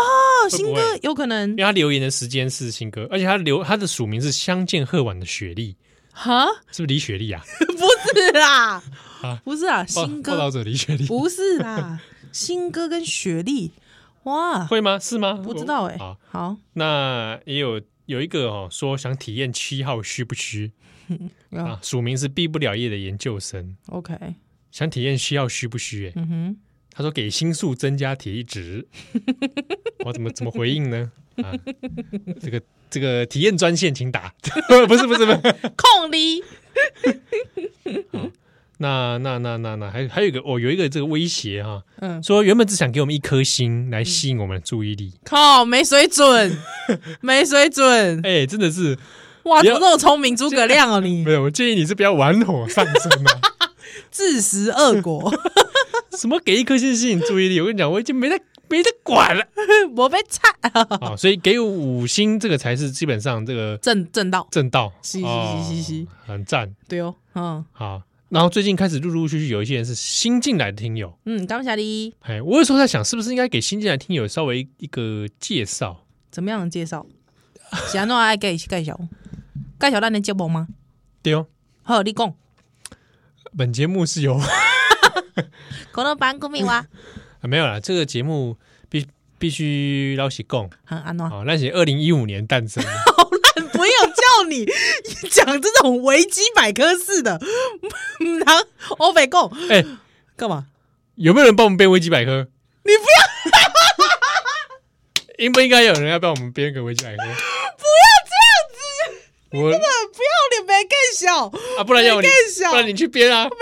Speaker 1: 会
Speaker 2: 新
Speaker 1: 不会
Speaker 2: 歌有可能
Speaker 1: 因为他留言的时间是新歌，而且他留他的署名是相见恨晚的雪莉，
Speaker 2: 哈，
Speaker 1: 是不是李雪莉啊？
Speaker 2: 不是啦
Speaker 1: 啊，
Speaker 2: 不是啦，
Speaker 1: 报
Speaker 2: 新
Speaker 1: 报道
Speaker 2: 歌
Speaker 1: 者李雪莉
Speaker 2: 不是啦， 新歌跟雪莉，哇，
Speaker 1: 会吗？是吗？
Speaker 2: 不知道哎
Speaker 1: 好，，
Speaker 2: 好，
Speaker 1: 那也有有一个哦，说想体验七号虚不虚
Speaker 2: 啊
Speaker 1: 啊？署名是毕不了业的研究生，
Speaker 2: ，OK，
Speaker 1: 想体验七号虚不虚？哎，
Speaker 2: 嗯哼，
Speaker 1: 他说给星宿增加体力 值，我怎么怎么回应呢？啊，这个这个体验专线请打， 不是不是不是。
Speaker 2: 控力
Speaker 1: 那那那那那还还有一个哦，有一个这个威胁哈、
Speaker 2: 嗯
Speaker 1: 说原本只想给我们一颗星来吸引我们的注意力，
Speaker 2: 靠，没水准， 没水准，
Speaker 1: 哎、真的是
Speaker 2: 哇，
Speaker 1: 不
Speaker 2: 怎
Speaker 1: 要
Speaker 2: 么那么聪明，诸葛亮哦 你
Speaker 1: 没，有，我建议你是不要玩火上身啊！
Speaker 2: 自食恶果，
Speaker 1: 什么给一颗星吸引注意力，我跟你讲，我已经没在没在管 了
Speaker 2: 我被菜
Speaker 1: 啊、所以给五星这个才是基本上这个
Speaker 2: 正正道，
Speaker 1: 正道，
Speaker 2: 是是
Speaker 1: 哦
Speaker 2: 是是是
Speaker 1: 很赞
Speaker 2: 对哦，嗯
Speaker 1: 好，然后最近开始陆陆续续有一些人是新进来的听友，
Speaker 2: 嗯，刚下的
Speaker 1: 哎，我有时候在想，是不是应该给新进来的听友稍微一个介绍？
Speaker 2: 怎么样的 介绍？喜安诺爱盖盖小，盖小咱的节目吗？
Speaker 1: 对哦，
Speaker 2: 好，你讲，
Speaker 1: 本节目是由
Speaker 2: 可能班公民 哇，
Speaker 1: 啊， 没有啦，这个节目必必须老实讲
Speaker 2: 很嗯安诺，
Speaker 1: 啊，那是二零一五年诞生的，
Speaker 2: 不要叫你讲这种维基百科式的， 然后欧北贡
Speaker 1: 哎、
Speaker 2: 干嘛？
Speaker 1: 有没有人帮我们编维基百科？你不 要，应不应该有人要帮我们编个维基百科？不要这样子，
Speaker 2: 不要脸，没盖小，
Speaker 1: 我啊，不然要我你
Speaker 2: 你更，小
Speaker 1: 不然你去编啊。
Speaker 2: 没盖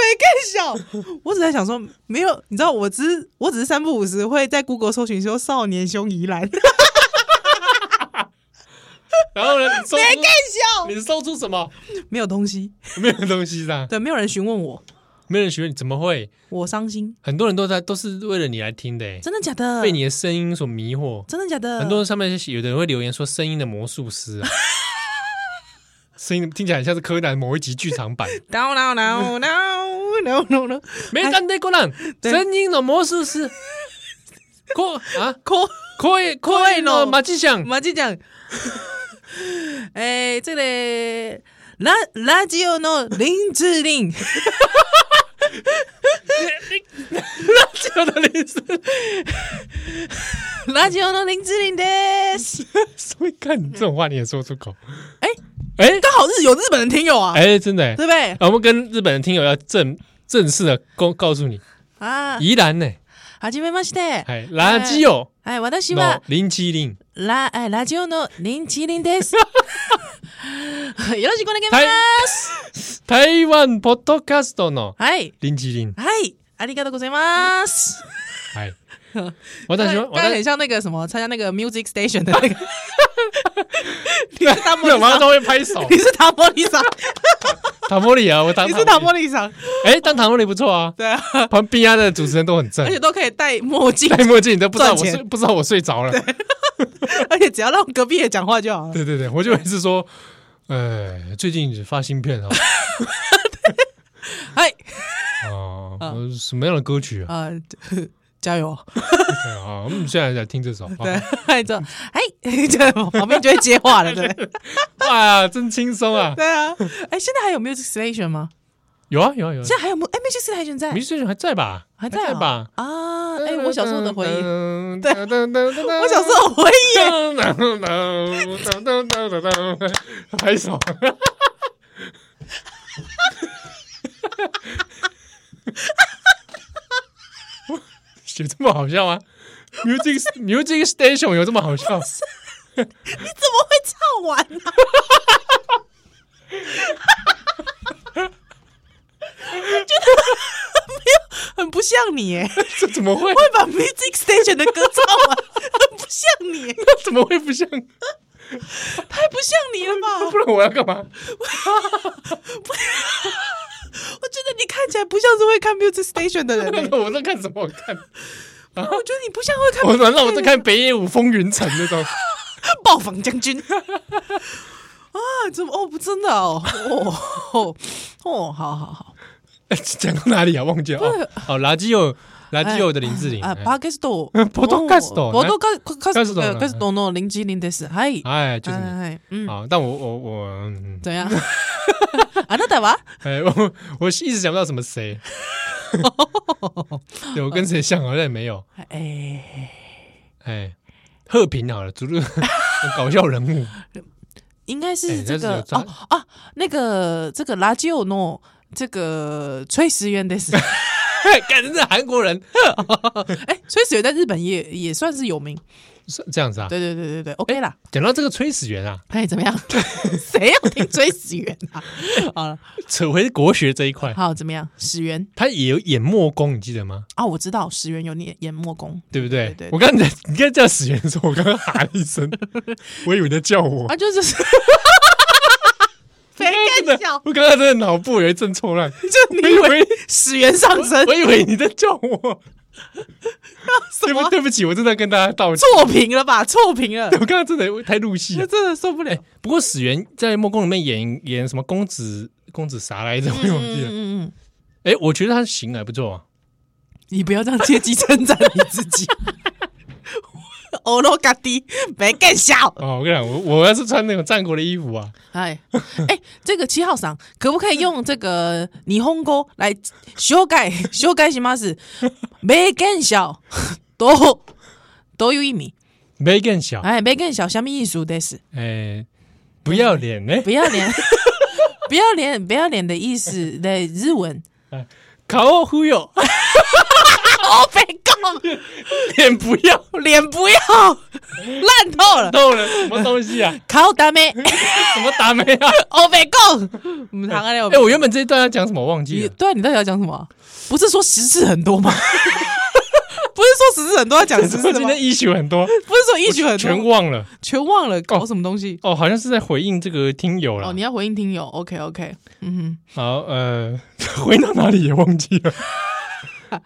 Speaker 2: 小。我只在想说，没有，你知道，我只是我只是三不五时会在 Google 搜寻说少年凶宜兰，没
Speaker 1: 然后呢，你搜
Speaker 2: 盖
Speaker 1: 出
Speaker 2: 小，
Speaker 1: 你搜出什么？
Speaker 2: 没有东西，
Speaker 1: 没有东西啦，
Speaker 2: 对，没有人询问我，
Speaker 1: 没有人询问你怎么会？
Speaker 2: 我伤心，
Speaker 1: 很多人都在都是为了你来听的、欸，
Speaker 2: 真的假的？
Speaker 1: 被你的声音所迷惑。
Speaker 2: 真的假的？
Speaker 1: 很多上面有的人会留言说声音的魔术师啊，声音听起来很像是柯南某一集剧场版。
Speaker 2: no no no no no no no，
Speaker 1: 没蛋的柯 南，
Speaker 2: 对
Speaker 1: 声音的魔术 师，柯啊，
Speaker 2: 可
Speaker 1: 柯柯以诺马吉祥，
Speaker 2: 嘛就 讲，诶、这个拉拉吉欧诺林志玲，
Speaker 1: 叫的林是
Speaker 2: 拉吉欧诺林志玲的，
Speaker 1: 所以看你这种话你也说出口，
Speaker 2: 哎
Speaker 1: 哎
Speaker 2: 刚好日有日本人听友啊，
Speaker 1: 哎，真的欸，
Speaker 2: 对不对？
Speaker 1: 啊我们跟日本的听友要正正式的告告诉你，
Speaker 2: 啊，
Speaker 1: 宜兰呢，
Speaker 2: はじめまして。
Speaker 1: 哎，垃圾哦，
Speaker 2: 哎，私
Speaker 1: 喏
Speaker 2: は
Speaker 1: 林吉林，
Speaker 2: ラ哎ラジオの林志玲 です。よろしくお願いしま
Speaker 1: 台
Speaker 2: す。
Speaker 1: 台湾 podcast の
Speaker 2: はい
Speaker 1: 林吉林，
Speaker 2: はい、ありがとうございます。
Speaker 1: 哎，我在说，我
Speaker 2: 刚才
Speaker 1: 在
Speaker 2: 很像那个什么参加那个 Music Station 的那个，你是达摩
Speaker 1: 干
Speaker 2: 利
Speaker 1: 嘛
Speaker 2: 桑
Speaker 1: 都会拍 手？
Speaker 2: 你是达摩利桑，
Speaker 1: 塔莫里啊，我当
Speaker 2: 你是达摩
Speaker 1: 里，
Speaker 2: 利桑，
Speaker 1: 哎，当塔莫里不错啊，
Speaker 2: 对啊，
Speaker 1: 旁边啊的主持人都很正
Speaker 2: 而，且都可以戴墨 镜，
Speaker 1: 戴墨镜你都不知道我
Speaker 2: 赚
Speaker 1: 睡
Speaker 2: 钱
Speaker 1: 不知道我睡着了，
Speaker 2: 而且只要让隔壁也讲话就好了。
Speaker 1: 对对对，我就会是说，呃，最近发新片啊，
Speaker 2: 哎，
Speaker 1: 哦，
Speaker 2: 嗯
Speaker 1: 呃什么样的歌曲啊？
Speaker 2: 呃，加油！
Speaker 1: 对啊，我们现在在听这首，
Speaker 2: 对， 哎，这哎，这旁边就会接话了，对不对？
Speaker 1: 哇，真轻松啊！
Speaker 2: 对啊，哎，现在还有 Music Station 吗？
Speaker 1: 有啊有啊有啊，
Speaker 2: 现在还有 Mu- 哎 Music Station 在
Speaker 1: 迷失人还在吧？
Speaker 2: 还在啊
Speaker 1: 吧？
Speaker 2: 啊？哎，我小时候的回忆，
Speaker 1: 忆
Speaker 2: 对
Speaker 1: 我
Speaker 2: 我小时候的回忆耶，
Speaker 1: 候拍手，有这么好笑吗？Music Music Station 有这么好笑？
Speaker 2: 你怎么会唱完啊？我觉得没有，很不 像你耶，会
Speaker 1: 这怎么会？
Speaker 2: 把 Music Station 的歌唱完，很不像你耶，
Speaker 1: 怎么会不像？
Speaker 2: 太不像你了吧
Speaker 1: 不？然我要干嘛？
Speaker 2: 我觉得你看起来不像是会看 Music Station 的人耶。
Speaker 1: 我在看什么？我看
Speaker 2: 我觉得你不像会看
Speaker 1: 我难道我在看《北野武风云城》那种？
Speaker 2: 暴坊将军啊？怎么哦？不真的哦？哦哦哦，好好好，
Speaker 1: 讲到哪里啊？忘记了哦。哦，垃圾友，垃圾友的林志玲。
Speaker 2: 啊，巴克斯多，
Speaker 1: ポドキャスト
Speaker 2: 波多卡卡斯
Speaker 1: ね
Speaker 2: 多卡斯多诺零吉零的是，嗨，
Speaker 1: 哎，就是你
Speaker 2: 嗨，嗯，
Speaker 1: 啊！但我我我，嗯
Speaker 2: 怎样？啊，那台湾
Speaker 1: 哎，我我一直想不到什么谁。
Speaker 2: 哦
Speaker 1: 对，我跟谁像好像也没有。
Speaker 2: 哎，
Speaker 1: 哎，贺平好了，主任搞笑人物。
Speaker 2: 应该
Speaker 1: 哎
Speaker 2: 是这
Speaker 1: 那是
Speaker 2: 个
Speaker 1: 有抓
Speaker 2: 哦啊，那个这个拉吉欧诺，这个崔始源的是，
Speaker 1: 感觉是韩国人
Speaker 2: 哎，崔始源在日本也也算是有名，
Speaker 1: 是这样子啊。
Speaker 2: 对对对对对，OK 啦。
Speaker 1: 讲到这个崔始源啊，
Speaker 2: 哎，怎么样？ 谁要听追始源 啊？好了，
Speaker 1: 扯回国学这一块，
Speaker 2: 好，怎么样？始源
Speaker 1: 他也有演墨功，你记得吗？
Speaker 2: 啊，我知道始源有念研墨功
Speaker 1: 对不对
Speaker 2: 对对？
Speaker 1: 我刚才你刚才叫始源的时候，我刚刚喊了一声， 我以为你在叫我。
Speaker 2: 啊， 就是谁
Speaker 1: 真
Speaker 2: 敢
Speaker 1: 的
Speaker 2: 笑，？
Speaker 1: 我刚刚真的脑部有一阵错乱，
Speaker 2: 就
Speaker 1: 我
Speaker 2: 你
Speaker 1: 以
Speaker 2: 以为
Speaker 1: 为
Speaker 2: 始源上身
Speaker 1: 我以为你在叫 我，
Speaker 2: 什
Speaker 1: 对不
Speaker 2: 么
Speaker 1: 对不起，我真的跟大家道歉。
Speaker 2: 错评了吧？错评了 哎
Speaker 1: 我，刚刚真的太入戏
Speaker 2: 我
Speaker 1: 了。
Speaker 2: 真的受不了。
Speaker 1: 不过始源在《墨宫》里面演演什么公子公子啥来着？我也忘记了。
Speaker 2: 嗯嗯，
Speaker 1: 哎，我觉得他行还不错啊。
Speaker 2: 你不要这样借机称赞 哦你自己。欧罗嘎迪，没干笑。
Speaker 1: 哦，我跟你讲，我我要是穿那种战国的衣服啊，
Speaker 2: 哎，哎，这个七号赏可不可以用这个霓虹钩来修改修改什么是没更小都都有一米，
Speaker 1: 没更小，
Speaker 2: 哎，没更小什么意思的是
Speaker 1: 哎，不要脸呢，
Speaker 2: 不要脸，不要脸，不要脸的意思的日文。
Speaker 1: 卡哦忽悠，
Speaker 2: 哦，被告
Speaker 1: 脸不要
Speaker 2: 脸不要烂透了，
Speaker 1: 透了，什么东西啊？
Speaker 2: 靠达咩？
Speaker 1: 什么达美啊？
Speaker 2: 哦，被告，我们谈个了
Speaker 1: 哎、。我原本这一段要讲什么忘记
Speaker 2: 你
Speaker 1: 了，
Speaker 2: 对啊，你到底要讲什么？不是说十次很多吗？不是说十次很多要讲十
Speaker 1: 我
Speaker 2: 次
Speaker 1: 今
Speaker 2: 吗？
Speaker 1: 天一曲很多，
Speaker 2: 不是说一曲很多
Speaker 1: 全忘了
Speaker 2: 全忘了搞什么东西
Speaker 1: 哦，好像是在回应这个听友
Speaker 2: 哦
Speaker 1: 了。
Speaker 2: 你要回应听友，OK OK，嗯
Speaker 1: 好，呃， 回到哪里也忘记了。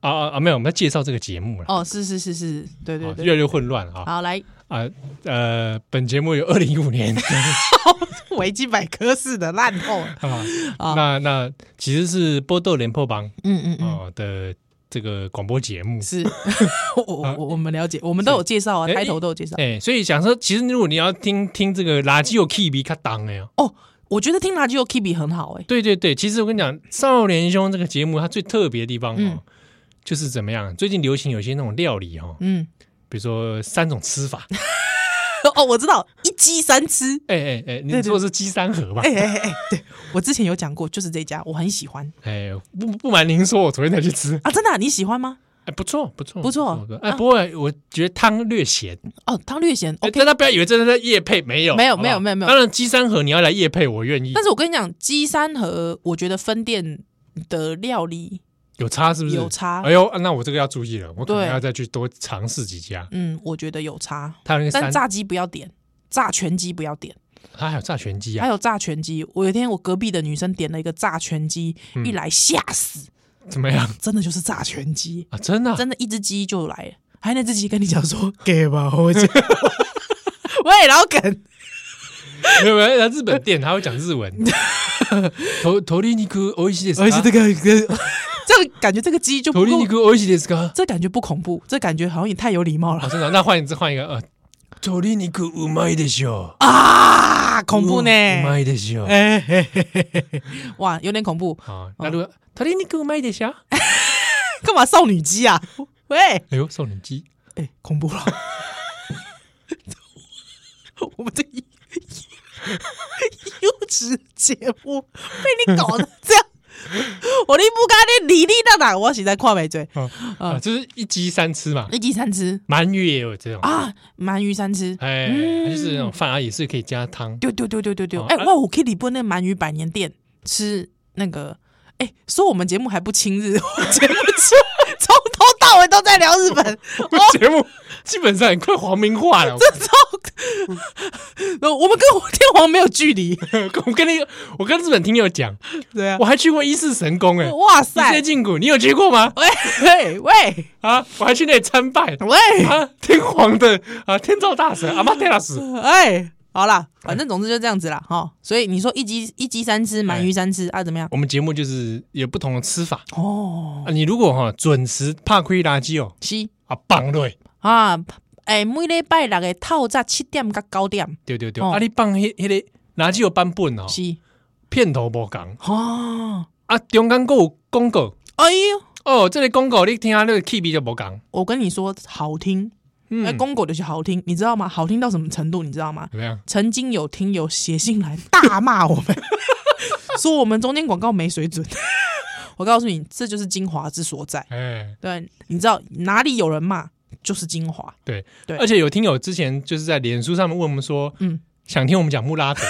Speaker 1: 啊啊啊！没有，我们在介绍这个节目了
Speaker 2: 哼，，哦，是是是是，对对
Speaker 1: 啊越
Speaker 2: 对，
Speaker 1: 来越混乱了啊
Speaker 2: 好来，
Speaker 1: 啊呃，本节目有二零一五年
Speaker 2: 维基百科式的烂透，
Speaker 1: 啊，
Speaker 2: 啊
Speaker 1: 那那其实是波豆连破榜
Speaker 2: 嗯嗯嗯，
Speaker 1: 啊的这个广播节目，
Speaker 2: 是，我我我我们了解，我们都有介绍啊，
Speaker 1: 哎
Speaker 2: 开头都有介绍。
Speaker 1: 哎，所以想说，其实如果你要听听这个垃圾有 K B 卡当哎呀，
Speaker 2: 哦，我觉得听垃圾有 k i b i 很好哎，
Speaker 1: 对对对，其实我跟你讲，《少年兄》这个节目它最特别的地方哦，
Speaker 2: 嗯
Speaker 1: 就是怎么样？最近流行有些那种料理哦，
Speaker 2: 嗯，
Speaker 1: 比如说三种吃法。
Speaker 2: 哦，我知道一鸡三吃，
Speaker 1: 哎哎哎，你
Speaker 2: 对对
Speaker 1: 说的是鸡三合吧
Speaker 2: 哎？哎哎哎，对我之前有讲过，就是这家我很喜欢
Speaker 1: 哎，不不瞒您说，我昨天才去吃，
Speaker 2: 啊，真的啊你喜欢吗？
Speaker 1: 哎，不错不错
Speaker 2: 不错啊
Speaker 1: 哎，不过我觉得汤略咸，
Speaker 2: 哦，汤略咸
Speaker 1: 哎
Speaker 2: ，OK，
Speaker 1: 大家不要以为真的在夜配，没有
Speaker 2: 没有
Speaker 1: 好不好
Speaker 2: 没有没有没有
Speaker 1: 当然鸡三合你要来夜配，我愿意
Speaker 2: 但，是我跟你讲，鸡三和我觉得分店的料理
Speaker 1: 有差是不是？
Speaker 2: 有。差
Speaker 1: 哎，呦，那我这个要注意了，我可能
Speaker 2: 对
Speaker 1: 要再去多尝试几家。
Speaker 2: 嗯，我觉得有差。
Speaker 1: 他有那个
Speaker 2: 但
Speaker 1: 三，
Speaker 2: 炸鸡不要点，炸全鸡不要点，
Speaker 1: 他还有炸全鸡
Speaker 2: 还
Speaker 1: 啊？
Speaker 2: 有炸全鸡。我有一天我隔壁的女生点了一个炸全鸡，一来吓死，
Speaker 1: 怎么 样
Speaker 2: 真的就是炸全鸡，
Speaker 1: 啊？真的啊
Speaker 2: 真的一只鸡就来了，还那只鸡跟你讲说 给吧，我讲。喂，老 梗，
Speaker 1: 没有没有，日本店他会讲日 文。头头里尼克欧西です
Speaker 2: 而且这
Speaker 1: か？
Speaker 2: 个 这个感觉这个鸡就
Speaker 1: 头
Speaker 2: 不
Speaker 1: 里尼
Speaker 2: 够，
Speaker 1: 克欧西ですか？
Speaker 2: 这感觉不恐怖，这感觉好像也太有礼貌
Speaker 1: 啊，
Speaker 2: 了
Speaker 1: 真的，那换一次换一个呃，头里尼克うまいでしょ。
Speaker 2: 啊！恐怖呢，
Speaker 1: うまいでしょ。
Speaker 2: 哎嘿嘿嘿嘿嘿哇，有点恐怖，
Speaker 1: 啊，那
Speaker 2: 哦
Speaker 1: 如果头里尼克うまいでしょ？
Speaker 2: 干嘛少女鸡啊？喂。
Speaker 1: 哎呦，少女鸡，
Speaker 2: 哎、恐怖了！ 我们这一优质节目被你搞得这样，我你不干你理力到哪？我实在看没追。
Speaker 1: 啊
Speaker 2: 哦
Speaker 1: 啊，就是一鸡三吃嘛。
Speaker 2: 一鸡三吃
Speaker 1: 鳗鱼也有这种，
Speaker 2: 啊，嗯鳗鱼三吃。
Speaker 1: 哎，它就是那种饭啊，也是可以加汤。
Speaker 2: 丢丢丢丢丢丢！
Speaker 1: 哦
Speaker 2: 哎、
Speaker 1: 啊
Speaker 2: 哇，我可以礼拜那鳗鱼百年店吃那个。哎、说我们节目还不亲日，我节目吃从头到到尾都在聊日本，哦
Speaker 1: 我们节目基本上很快皇民化 了。
Speaker 2: 我们跟天皇没有距离。
Speaker 1: 我跟那个，我跟日本听友讲，
Speaker 2: 对啊
Speaker 1: 我，还去过伊势神宫哎，
Speaker 2: 哇
Speaker 1: 伊
Speaker 2: 塞
Speaker 1: 势！进谷，你有去过吗？
Speaker 2: 喂喂喂
Speaker 1: 啊，我还去那里参拜
Speaker 2: 喂，
Speaker 1: 啊，天皇的啊，天照大神阿玛特拉斯，
Speaker 2: 哎，好啦，反正总之就这样子啦，哈。所以你说一鸡一鸡三吃，鳗鱼三吃啊，怎么样？
Speaker 1: 我们节目就是有不同的吃法
Speaker 2: 哦，
Speaker 1: 啊。你如果哈准时怕亏垃圾哦，
Speaker 2: 是
Speaker 1: 啊棒对，
Speaker 2: 啊，哎，每礼拜六的透早七点到九点，
Speaker 1: 对对对，
Speaker 2: 哦
Speaker 1: 啊你棒迄迄个垃圾有版本哦，
Speaker 2: 是
Speaker 1: 片头无讲
Speaker 2: 哦，
Speaker 1: 啊，中间还有广告
Speaker 2: 哎呦，
Speaker 1: 哦，这个广告你听啊，那个 key 就无讲，
Speaker 2: 我跟你说，好听，
Speaker 1: 嗯
Speaker 2: 哎，公狗就是好听，你知道吗？好听到什么程度？你知道吗？
Speaker 1: 怎么样？
Speaker 2: 曾经有听友写信来大骂我们， 说我们中间广告没水准。 我告诉你，这就是精华之所在。
Speaker 1: 哎，
Speaker 2: 对，你知道哪里有人骂就是精华。
Speaker 1: 对
Speaker 2: 对
Speaker 1: 而且有听友之前就是在脸书上面问我们说，
Speaker 2: 嗯，
Speaker 1: 想听我们讲穆 拉德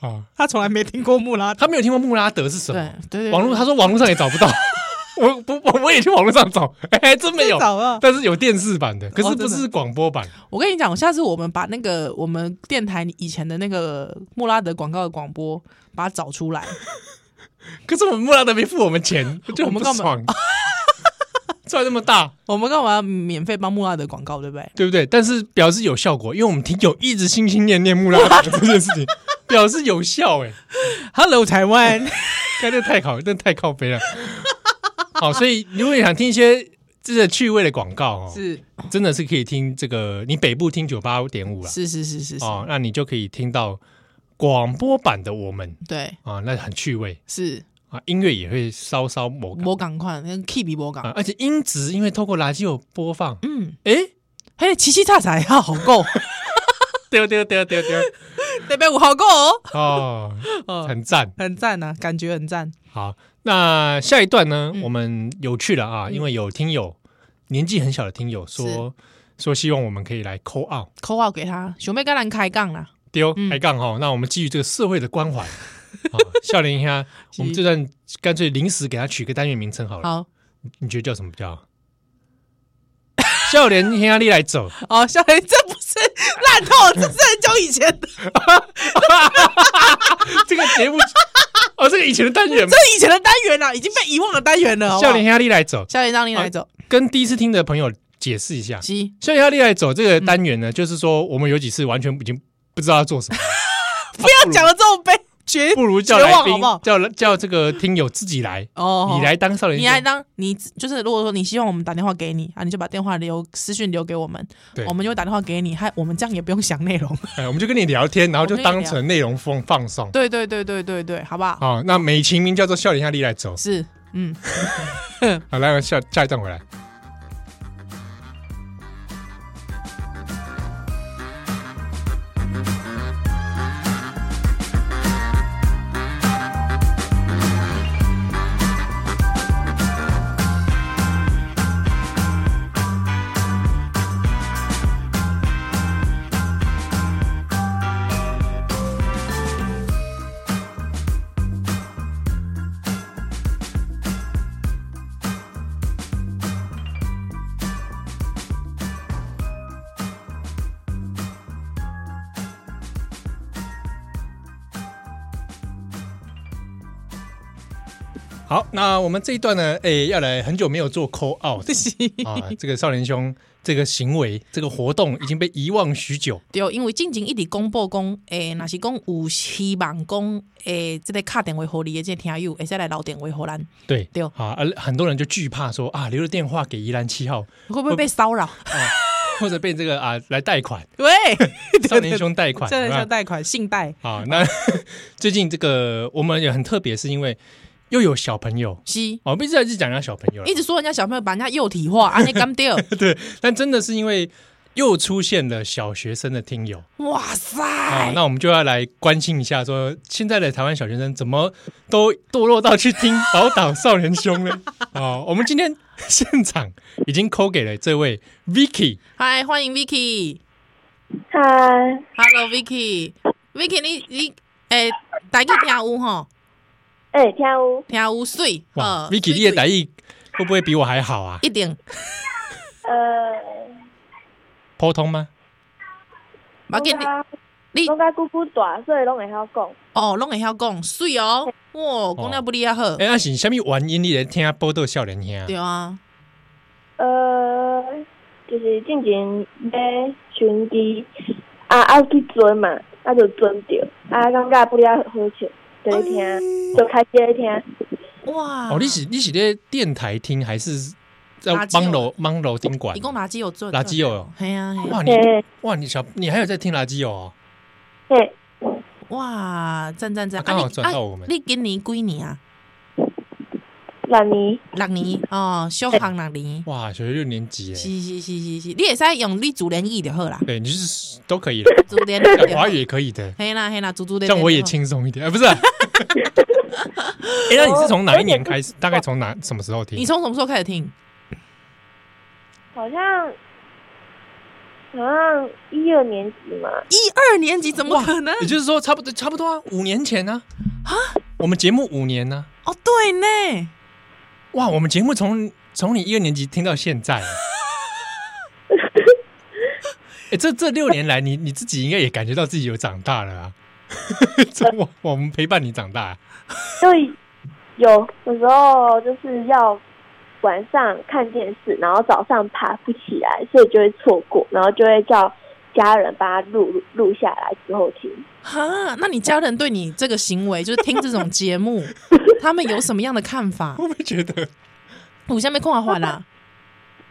Speaker 1: 啊，
Speaker 2: 他从来没听过穆拉，
Speaker 1: 他没有听过穆拉德是什
Speaker 2: 对
Speaker 1: 么，
Speaker 2: 对对，
Speaker 1: 网络他说网络上也找不到， 我不我我也去网络上找，哎，真没有，
Speaker 2: 找啊！
Speaker 1: 但是有电视版的，可
Speaker 2: 哦
Speaker 1: 是
Speaker 2: 真的
Speaker 1: 不是广播版，
Speaker 2: 我跟你讲，下次我们把那个我们电台以前的那个穆拉德广告的广播，把它找出来。
Speaker 1: 可是我们穆拉德没付我们 钱，就
Speaker 2: 我
Speaker 1: 很
Speaker 2: 们
Speaker 1: 不
Speaker 2: 干嘛
Speaker 1: 爽，出来这么大，
Speaker 2: 我们干嘛要免费帮穆拉德广告，对不对？
Speaker 1: 对不对？但是表示有效果，因为我们听友一直心心念念穆拉德这件事情，表示有效哎、
Speaker 2: Hello 台湾，
Speaker 1: 该这太靠，这太靠背 了。好，所以如果你想听一些这个趣味的广告哦，
Speaker 2: 是
Speaker 1: 真的是可以听这个，你北部听九八点五啦，
Speaker 2: 是是是是是，
Speaker 1: 哦，那你就可以听到广播版的我们
Speaker 2: 对，
Speaker 1: 啊、那很趣味
Speaker 2: 是
Speaker 1: 啊，音乐也会稍稍某个
Speaker 2: 我赶快，那 key 比我赶
Speaker 1: 啊，而且音质因为透过垃圾有播放，
Speaker 2: 嗯，
Speaker 1: 哎、
Speaker 2: 嘿，七七叉叉哎要好 够，
Speaker 1: 对对对对对，
Speaker 2: 对边我好够哦，
Speaker 1: 哦，
Speaker 2: 哦，
Speaker 1: 很赞。
Speaker 2: 很赞呐，感觉很赞，
Speaker 1: 好，那下一段呢，
Speaker 2: 嗯
Speaker 1: 我们有趣了啊，因为有听友年纪很小的听友说说希望我们可以来 call out
Speaker 2: 扣号给他，熊妹跟咱开杠啦，
Speaker 1: 丢
Speaker 2: 嗯
Speaker 1: 开杠哈，那我们基于这个社会的关怀。啊，笑脸一下，我们这段干脆临时给他取个单元名称好了，
Speaker 2: 好，
Speaker 1: 你觉得叫什么比较好？笑脸一下，你来走，
Speaker 2: 哦，小黑，这不是烂透，这是很久以前的，
Speaker 1: 这个节目哦，这个以前的单元嘛
Speaker 2: 这，是以前的单元啦，已经被遗忘的单元了，好不好
Speaker 1: 笑脸一下，你来走，
Speaker 2: 笑脸让你来走，
Speaker 1: 跟第一次听的朋友解释一下，
Speaker 2: 七，
Speaker 1: 笑脸一下，你来走这
Speaker 2: 嗯
Speaker 1: 个单元呢，就是说我们有几次完全已经不知道要做 什么。
Speaker 2: 不要讲的这么悲绝
Speaker 1: 不如叫来
Speaker 2: 绝望好
Speaker 1: 宾
Speaker 2: 不好，
Speaker 1: 叫叫这个听友自己来，
Speaker 2: 哦，
Speaker 1: 你。来当少年
Speaker 2: 你
Speaker 1: 兄，
Speaker 2: 来当你就是，如果说你希望我们打电话给你啊，你就把电话留私讯留给我们，
Speaker 1: 对
Speaker 2: 我们就会打电话给你，还我们这样也不用想内容。
Speaker 1: 哎，我们就跟你聊 天，然后就
Speaker 2: 我们
Speaker 1: 当
Speaker 2: 也聊
Speaker 1: 成内容放放送。
Speaker 2: 对对对对对对，好不好？
Speaker 1: 好，那美其名叫做笑脸下力来走。
Speaker 2: 是，嗯，
Speaker 1: 好，来下下一段回来。好，那我们这一段呢，哎，要来很久没有做 call out 啊，这个少年兄这个行为，这个活动已经被遗忘许久。
Speaker 2: 对，因为进前一直公布讲，诶、若是讲有希望讲，诶、即个敲电话互你的即个听友，会使来留电话互咱，
Speaker 1: 对
Speaker 2: 对
Speaker 1: 啊，而很多人就惧怕说啊，留了电话给宜兰七号，
Speaker 2: 会不会被骚扰？
Speaker 1: 或者被这个啊来贷款，
Speaker 2: 喂，
Speaker 1: 少年兄贷款，
Speaker 2: 真的
Speaker 1: 是吧
Speaker 2: 像贷款、信贷，
Speaker 1: 好，那 最近这个我们也很特别，是因为又有小朋友，
Speaker 2: 是一
Speaker 1: 哦，不是在一直讲人家小朋友啦，
Speaker 2: 直说人家小朋友把人家幼体化，安尼 干掉，
Speaker 1: 但真的是因为又出现了小学生的听友
Speaker 2: 哇塞！
Speaker 1: 啊，那我们就要来关心一下说，现在的台湾小学生怎么都堕落到去听《宝岛少年兄》 呢？哦，我们今天现场已经扣给了这位 Vicky，
Speaker 2: 嗨，欢迎 Vicky，Hello
Speaker 3: 嗨，
Speaker 2: Vicky，Vicky，你你诶，台语听有吼，
Speaker 3: 哎、听有
Speaker 2: 听有水，
Speaker 1: 哇
Speaker 2: 呃
Speaker 1: 哦，Vicky 你的台语会不会比我还好啊？
Speaker 2: 一点
Speaker 3: 呃，
Speaker 1: 普通吗？
Speaker 2: 我给你
Speaker 3: 我
Speaker 2: 你
Speaker 3: 我甲姑姑大，所以拢会晓讲。
Speaker 2: 哦，拢会晓讲水哦，哇，讲了不厉害好，
Speaker 1: 哎、那是什么原因你来听报道少年兄？
Speaker 2: 对啊，
Speaker 3: 呃，就是进前要寻机，啊啊去准嘛，啊就准着，啊感觉不了好笑，就咧听，就开始咧听。
Speaker 2: 哇，
Speaker 1: 哦，你是你是在电台听还是在
Speaker 2: 啊垃圾
Speaker 1: 帮
Speaker 2: 哦
Speaker 1: 楼帮楼宾馆
Speaker 2: 一？共垃圾有做
Speaker 1: 垃圾哦，
Speaker 2: 嘿呀嘿啊呀
Speaker 1: 哇，你
Speaker 3: 嘿
Speaker 1: 哇你小你还有在听垃圾哦？
Speaker 3: 嘿，
Speaker 2: 哇，赞赞赞，
Speaker 1: 啊刚好
Speaker 2: 你
Speaker 1: 转到我们
Speaker 2: 啊你今年几年啊？
Speaker 3: 那你
Speaker 2: 六年哦，小学六年，
Speaker 1: 哇，小学六年级哎，
Speaker 2: 是是是是是，你会使用你自然语就好 啦，
Speaker 1: 对，你就是都可以了，
Speaker 2: 自然语
Speaker 1: 讲
Speaker 2: 就好
Speaker 1: 华语也可以的，
Speaker 2: 嘿啦嘿啦，足足的，
Speaker 1: 哎这样我也轻松一点。哎，不是、 啊，哎、那你是从哪一年开始？大概从哪什么时候
Speaker 2: 你
Speaker 1: 听？
Speaker 2: 从什么时候开始听？
Speaker 3: 好像好像一二年级嘛，
Speaker 2: 二年级怎么可能？
Speaker 1: 也就是说，差不多差不多啊，五年前呢、啊，我们节目五年啊呢、
Speaker 2: 哦，对呢，
Speaker 1: 哇，我们节目从从你一二年级听到现在、啊。 哎、这这六年来，你你自己应该也感觉到自己有长大了啊！ 这我我们陪伴你长大、啊
Speaker 3: 就有有时候就是要晚上看电视，然后早上爬不起来，所以就会错过，然后就会叫家人把它录录下来之后听。
Speaker 2: 哈，那你家人对你这个行为，就是听这种 节目，他们有什么样的看法？
Speaker 1: 会不会觉得
Speaker 2: 我下面空啊 换啦，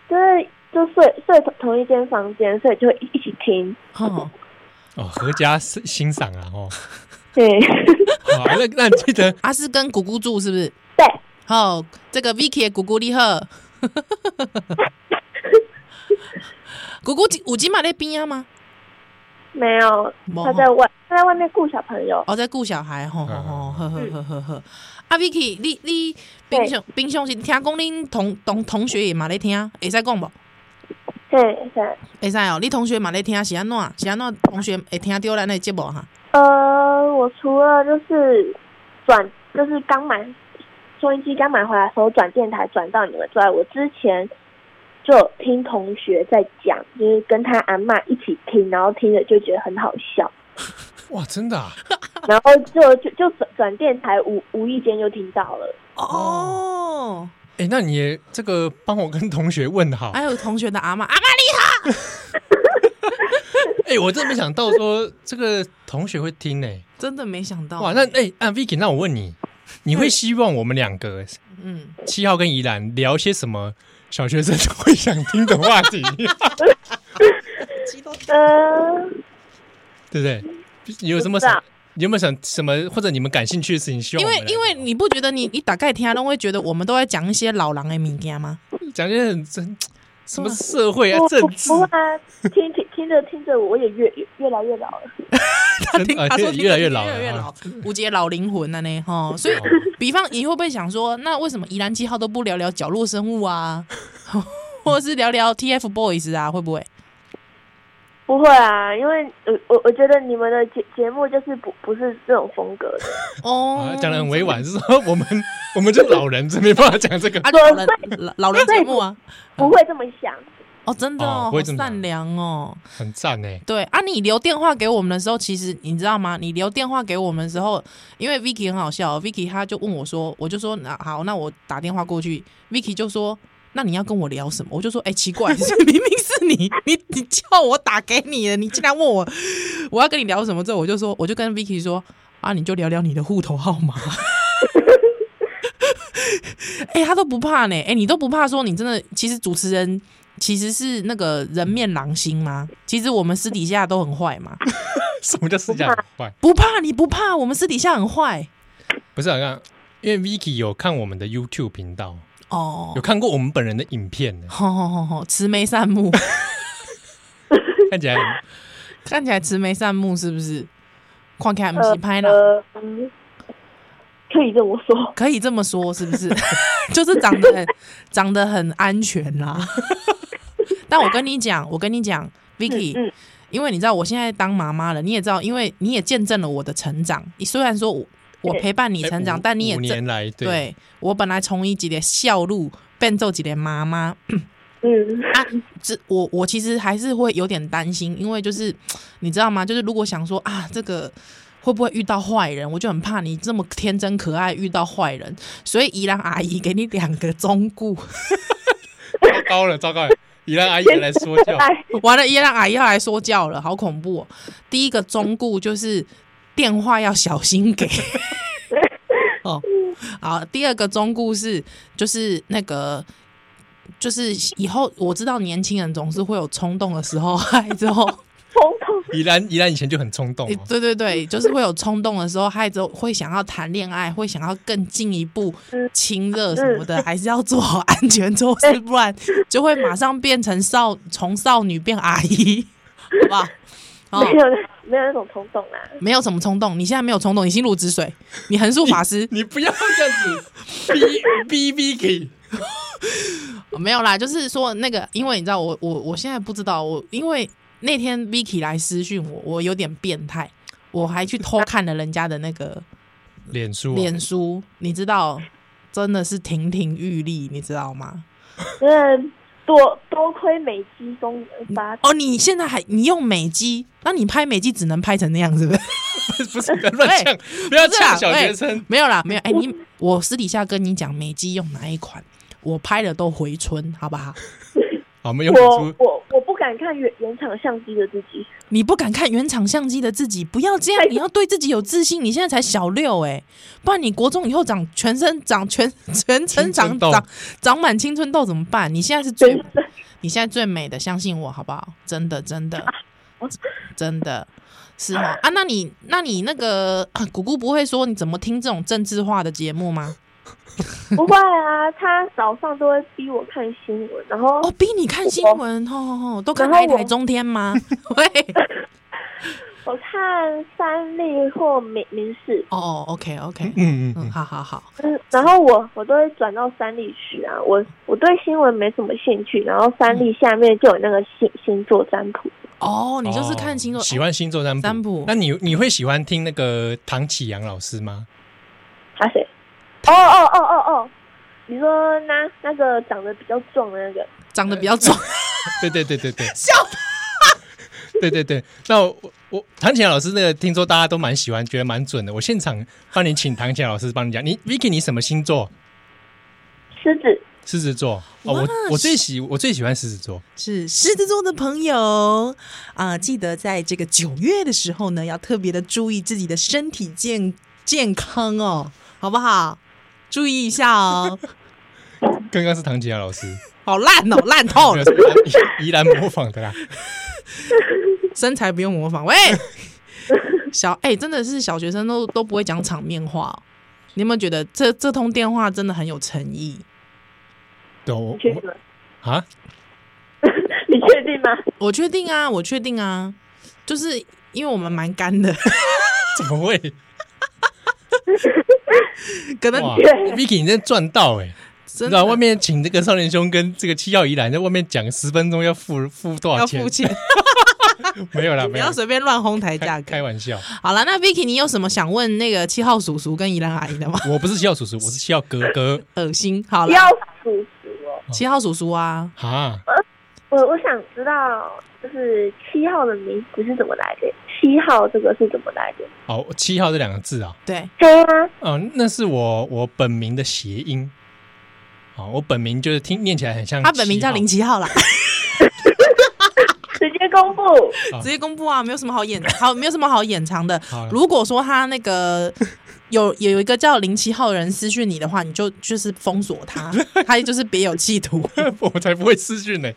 Speaker 3: 就是就睡睡同同一间房间，所以就会一一起听。
Speaker 2: 哦，
Speaker 1: 哦，合家欣欣赏啊？哦，
Speaker 3: 对
Speaker 1: 好，那那记得
Speaker 2: 阿、是跟姑姑住是不是？
Speaker 3: 对，
Speaker 2: 好，这个 Vicky 的姑姑 你好，姑姑有今嘛在边啊吗？
Speaker 3: 没有
Speaker 2: 没
Speaker 3: 他在外他在外面顾小朋友。
Speaker 2: 哦，在顾小孩，吼吼吼，呵呵
Speaker 3: 嗯
Speaker 2: 呵呵呵。啊，Vicky，你你
Speaker 3: 对
Speaker 2: 平常平常是听讲恁同同同学也嘛在听，会使讲无？
Speaker 3: 对对，
Speaker 2: 会使哦，你同学嘛在听是安怎？是安怎？同学会听到咱的节目哈？
Speaker 3: 呃，我除了就是转，就是刚买收音机刚买回来的时候转电台转到你们之外，我之前就有听同学在讲，就是跟他阿嬷一起听，然后听着就觉得很好笑，
Speaker 1: 哇，真的、啊、
Speaker 3: 然后就就就转转电台无无意间就听到了。
Speaker 2: 哦，
Speaker 1: 哎、那你也这个帮我跟同学问好。
Speaker 2: 还
Speaker 1: 哎、
Speaker 2: 有同学的阿妈，阿妈你
Speaker 1: 我真没想到说这个同学会听呢、
Speaker 2: 真的没想到欸
Speaker 1: 哇，那哎，那、Vicky，那我问你，你会希望我们两个
Speaker 2: 嗯，
Speaker 1: 七号跟宜兰聊些什么小学生会想听的话题，
Speaker 3: 呃，
Speaker 1: 对不对？有什么
Speaker 3: 不知道
Speaker 1: 有没有想什么或者你们感兴趣的事情？希望
Speaker 2: 因
Speaker 1: 我
Speaker 2: 为
Speaker 1: 们来
Speaker 2: 因为
Speaker 1: 聊
Speaker 2: 你不觉得你你打开听都会觉得我们都在讲一些老人的物件吗？
Speaker 1: 讲些很真什么社会啊、
Speaker 3: 不
Speaker 1: 政
Speaker 3: 不
Speaker 1: 治，
Speaker 3: 不啊，听听听着听着，我也越越越来越老了。
Speaker 2: 他听
Speaker 1: 真啊
Speaker 2: 他说
Speaker 1: 现在越来越老
Speaker 2: 越来越
Speaker 1: 了
Speaker 2: 老
Speaker 1: 啊，
Speaker 2: 无节老灵魂了呢 哈。所以，比方你会不会想说，那为什么宜兰七号都不聊聊角落生物啊， 或者是聊聊 TFBOYS 啊？会不会？
Speaker 3: 不会啊，因为我我我觉得你们的节节目就是不不是这种风格的。
Speaker 2: 哦
Speaker 1: 啊，讲的很委婉，是说我们 我们这老人真没办法讲这个。
Speaker 2: 啊，老人老老人节目啊，
Speaker 3: 不会这么想。
Speaker 2: 哦，真的
Speaker 1: 哦
Speaker 2: 哦，
Speaker 1: 不会
Speaker 2: 好
Speaker 1: 这么讲
Speaker 2: 善良哦。
Speaker 1: 很赞哎，
Speaker 2: 对啊，你留电话给我们的时候，其实你知道吗？你留电话给我们的时候，因为 Vicky 很好笑、v i c k y 他就问我说，我就说那好，那我打电话过去，Vicky 就说。那你要跟我聊什么？我就说，哎、奇怪， 明明是你，你你叫我打给你的，你竟然问我我要跟你聊什么？之后我就说，我就跟 Vicky 说，啊，你就聊聊你的户头号码。 哎、他都不怕呢，哎、你都不怕说你真的，其实主持人其实是那个人面狼心吗？其实我们私底下都很坏嘛，
Speaker 1: 什么叫私下很坏？
Speaker 2: 不怕你不怕，我们私底下很坏
Speaker 1: 不是啊，刚因为 Vicky 有看我们的 YouTube 频道，
Speaker 2: 哦
Speaker 1: 有。看过我们本人的影片呢，
Speaker 2: 吼吼吼吼，慈眉善目，
Speaker 1: 看起来很
Speaker 2: 看起来慈眉善目是不是？看起来不
Speaker 3: 呃
Speaker 2: 是拍了，
Speaker 3: 呃，嗯可以这么说。
Speaker 2: 可以这么说是不 是？就是长得很长得很安全啦。 但我跟你讲，我跟你讲，Vicky，、
Speaker 3: 嗯，
Speaker 2: 因为你知道我现在当妈妈了，你也知道，因为你也见证了我的成长。你虽然说我我
Speaker 3: 对
Speaker 2: 陪伴你成长，
Speaker 1: 哎五
Speaker 2: 但你也
Speaker 1: 五
Speaker 2: 证
Speaker 1: 年来
Speaker 2: 对我本来从一级的笑路变奏几连妈妈，
Speaker 3: 嗯，
Speaker 2: 这我我其实还是会有点担心，因为就是你知道吗？就是如果想说啊，这个会不会遇到坏人，我就很怕你这么天真可爱遇到坏人，所以宜兰阿姨给你两个忠固。
Speaker 1: 糟糕了，糟糕了，宜兰阿姨来说教，
Speaker 2: 啊
Speaker 3: 哎，
Speaker 2: 完了，耶让阿姨要来说教了，好恐怖、哦！第一个忠固就是电话要小心给。哦，好，第二个忠固是就是那个。就是以后我知道年轻人总是会有冲动的时候， 嗨之后，
Speaker 3: 冲动，
Speaker 1: 宜兰宜兰以前就很冲动、哦，
Speaker 2: 哎对对对，就是会有冲动的时候，嗨之后会想要谈恋爱，会想要更进一步亲热什么的，还是要做好安全措施，不然就会马上变成少从少女变阿姨， 好不好？哦
Speaker 3: 没，有没有那种冲动啦，
Speaker 2: 没有什么冲动，你现在没有冲动，你心如止水，你横竖 法师
Speaker 1: 你不要这样子， 逼逼逼给，
Speaker 2: 哦没有啦，就是说那个，因为你知道我我我现在不知道我，因为那天 Vicky 来私讯我，我有点变态，我还去偷看了人家的那个
Speaker 1: 脸书、啊，
Speaker 2: 脸书，你知道，真的是亭亭玉立，你知道吗？
Speaker 3: 嗯，多多亏美肌松发，
Speaker 2: 哦，你现在还你用美肌，那你拍美肌只能拍成那样，是不是？
Speaker 1: 不是不要乱呛，不要
Speaker 2: 不是啦啊
Speaker 1: 呛小学生，
Speaker 2: 没有啦，没有。哎、你我私底下跟你讲，美肌用哪一款，我拍的都回春，好不好？
Speaker 1: 好，我
Speaker 2: 嗯
Speaker 1: 们用脸
Speaker 3: 我
Speaker 1: 书，
Speaker 3: 我我不敢看原原厂相机的自己，
Speaker 2: 你不敢看原厂相机的自己，不要这样，你要对自己有自信。你现在才小六哎、不然你国中以后长全身长全 全身长
Speaker 1: 青春痘
Speaker 2: 长长满青春痘怎么办？你现在是
Speaker 3: 真
Speaker 2: 最
Speaker 3: 的，
Speaker 2: 你现在最美的，相信我好不好？真的真的真的是哦啊，那你那你那个啊姑姑不会说你怎么听这种政治化的节目吗？
Speaker 3: 不会啊，他早上都会逼我看新闻，然后
Speaker 2: 哦，逼你看新闻，吼吼吼，都看
Speaker 3: 然
Speaker 2: 哪
Speaker 3: 后
Speaker 2: 一台
Speaker 3: 我
Speaker 2: 中 天吗？喂，
Speaker 3: 我看三立或民民视，
Speaker 2: 哦哦，OK OK，
Speaker 1: 嗯嗯
Speaker 2: 嗯，
Speaker 1: 嗯，
Speaker 2: 好好好，
Speaker 3: 嗯，然后我我都会转到三立去啊，我我对新闻没什么兴趣，然后三立下面就有那个星星座占卜，
Speaker 2: 哦，你就是看星座，
Speaker 1: 哦喜欢星座占卜，
Speaker 2: 占卜
Speaker 1: 那你你会喜欢听那个唐启阳老师吗？
Speaker 3: 他谁？哦哦哦哦哦，你说那那个长得比较壮的那个，
Speaker 2: 哎长得比较壮，
Speaker 1: 对对对对对，
Speaker 2: 笑
Speaker 1: 对对对，那我我唐启阳老师那个，听说大家都蛮喜欢，觉得蛮准的。我现场帮你请唐启阳老师帮你讲，你 Vicky 你什么星座？
Speaker 3: 狮子，
Speaker 1: 狮子座哦，
Speaker 2: 哇
Speaker 1: 我我最喜我最喜欢狮子座，
Speaker 2: 是狮子座的朋友啊、记得在这个九月的时候呢，要特别的注意自己的身体健健康哦，好不好？注意一下哦，
Speaker 1: 刚刚是唐启阳老师，
Speaker 2: 好烂哦，烂透
Speaker 1: 没
Speaker 2: 了
Speaker 1: 有，是宜宜兰模仿的啦。
Speaker 2: 身材不用模仿。喂，小哎、真的是小学生都都不会讲场面话哦、你有没有觉得这这通电话真的很有诚意？
Speaker 1: 对，我
Speaker 3: 你确
Speaker 1: 我
Speaker 3: 定吗？
Speaker 1: 啊，
Speaker 3: 你确定吗？
Speaker 2: 我确定啊，我确定啊，就是因为我们蛮干的，
Speaker 1: 怎么会？
Speaker 2: 可能
Speaker 1: 哇
Speaker 3: 对
Speaker 1: ，Vicky 你真的赚到哎、欸！你
Speaker 2: 真
Speaker 1: 知道
Speaker 2: 的
Speaker 1: 外面请这个少年兄跟这个七号宜兰在外面讲十分钟要付付多少
Speaker 2: 要
Speaker 1: 钱
Speaker 2: 付？钱，
Speaker 1: 没有啦，
Speaker 2: 不
Speaker 1: 没有
Speaker 2: 要
Speaker 1: 啦，
Speaker 2: 随便乱哄抬价
Speaker 1: 开
Speaker 2: 格
Speaker 1: 开。玩笑，
Speaker 2: 好了，那 Vicky，你有什么想问那个七号叔叔跟宜兰阿姨的吗？
Speaker 1: 我不是七号叔叔，我是七号哥哥
Speaker 2: 恶心，好了，
Speaker 3: 要属实哦。
Speaker 2: 七号叔叔啊，
Speaker 1: 啊。
Speaker 3: 我我想知道，就是七号的名字是怎么来的？七号这个是怎么来的？
Speaker 1: 哦，七号这两个字啊，
Speaker 2: 对，
Speaker 3: 对啊，
Speaker 1: 嗯，那是我我本名的谐音。哦，我本名就是听念起来很像
Speaker 2: 他本名叫林
Speaker 1: 七
Speaker 2: 七号啦，
Speaker 3: 直接公布。
Speaker 1: 好
Speaker 2: 直接公布啊，没有什么好掩， 好，没有什么好掩藏的
Speaker 1: 好。
Speaker 2: 如果说他那个 有有一个叫零七号的人私讯你的话，你就就是封锁 他，他就是别有企图。
Speaker 1: 号， 我才不会失讯呢。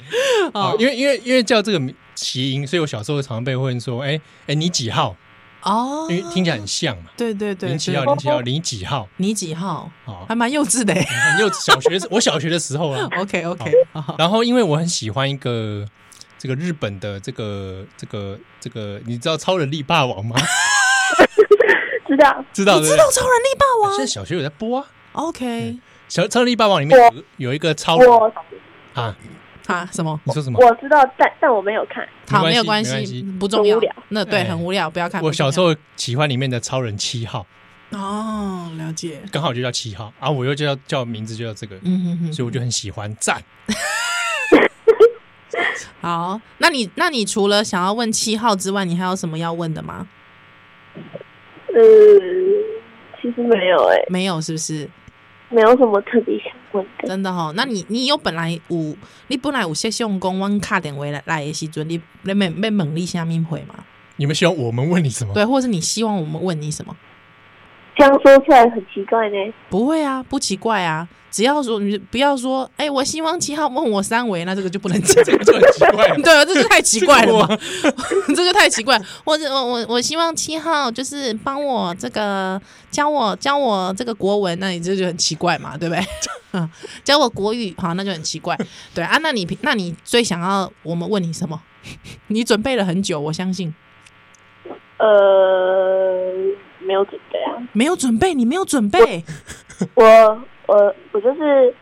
Speaker 1: 哦，因为因为因为叫这个名谐音，所以我小时候常被问说，哎哎你几号？
Speaker 2: 哦，
Speaker 1: 因为听起来很像嘛，
Speaker 2: 对对哦对，
Speaker 1: 零七号
Speaker 2: 对
Speaker 1: 零七号你几号？
Speaker 2: 你几号？
Speaker 1: 哦，
Speaker 2: 还蛮幼稚的欸。
Speaker 1: 很幼稚小学我小学的时候啊，
Speaker 2: OK OK，好，
Speaker 1: 然后因为我很喜欢一个这个日本的这个这个这个，你知道超人力霸王吗？
Speaker 3: 知道，
Speaker 1: 知道
Speaker 2: 你
Speaker 1: 的。哎
Speaker 2: 知道超人力霸
Speaker 1: 现在
Speaker 2: 王
Speaker 1: 小学有在播啊，
Speaker 2: ？OK
Speaker 1: 小超能力霸王里面有有一个超人
Speaker 3: 我
Speaker 1: 啊，
Speaker 2: 啊？什么？
Speaker 1: 你说什么？
Speaker 3: 我知道，但但我没有看。
Speaker 2: 好，没有
Speaker 1: 关
Speaker 2: 关
Speaker 1: 系没关
Speaker 2: 系
Speaker 1: 系，
Speaker 2: 不重要
Speaker 3: 很无聊。
Speaker 2: 那对，
Speaker 1: 哎
Speaker 2: 很无聊，不要看。
Speaker 1: 我
Speaker 2: 不重
Speaker 1: 小
Speaker 2: 要
Speaker 1: 时候喜欢里面的超人七号，
Speaker 2: 哦，了解。
Speaker 1: 刚好就叫七号啊，我又叫叫名字就叫这个，
Speaker 2: 嗯哼哼，
Speaker 1: 所以我就很喜欢，赞。
Speaker 2: 好，那你那你除了想要问七号之外，你还有什么要问的吗？
Speaker 3: 呃，其实没有哎、
Speaker 2: 没有，是不是？
Speaker 3: 没有什么特别想问的。
Speaker 2: 真的哦，那你你有本来有你本来有些用公阮卡点回来来的时阵，你你没没猛力下面回吗？
Speaker 1: 你们希望我们问你什么？
Speaker 2: 对，或是你希望我们问你什么？
Speaker 3: 这样说出来很奇怪呢、
Speaker 2: 不会啊，不奇怪啊，只要说你不要说，哎、我希望七号问我三围，那这个就不能讲。
Speaker 1: 这个就很奇怪了。
Speaker 2: 对啊，这就太奇怪了嘛，
Speaker 1: 我
Speaker 2: 这就太奇怪。我我我我希望七号就是帮我这个教我教我这个国文，那你这就很奇怪嘛，对不对？ 嗯，教我国语，好，那就很奇怪。对啊，那你平那你最想要我们问你什么？ 你准备了很久，我相信
Speaker 3: 呃，没有准备啊，
Speaker 2: 没有准备，你没有准备，
Speaker 3: 我我我就是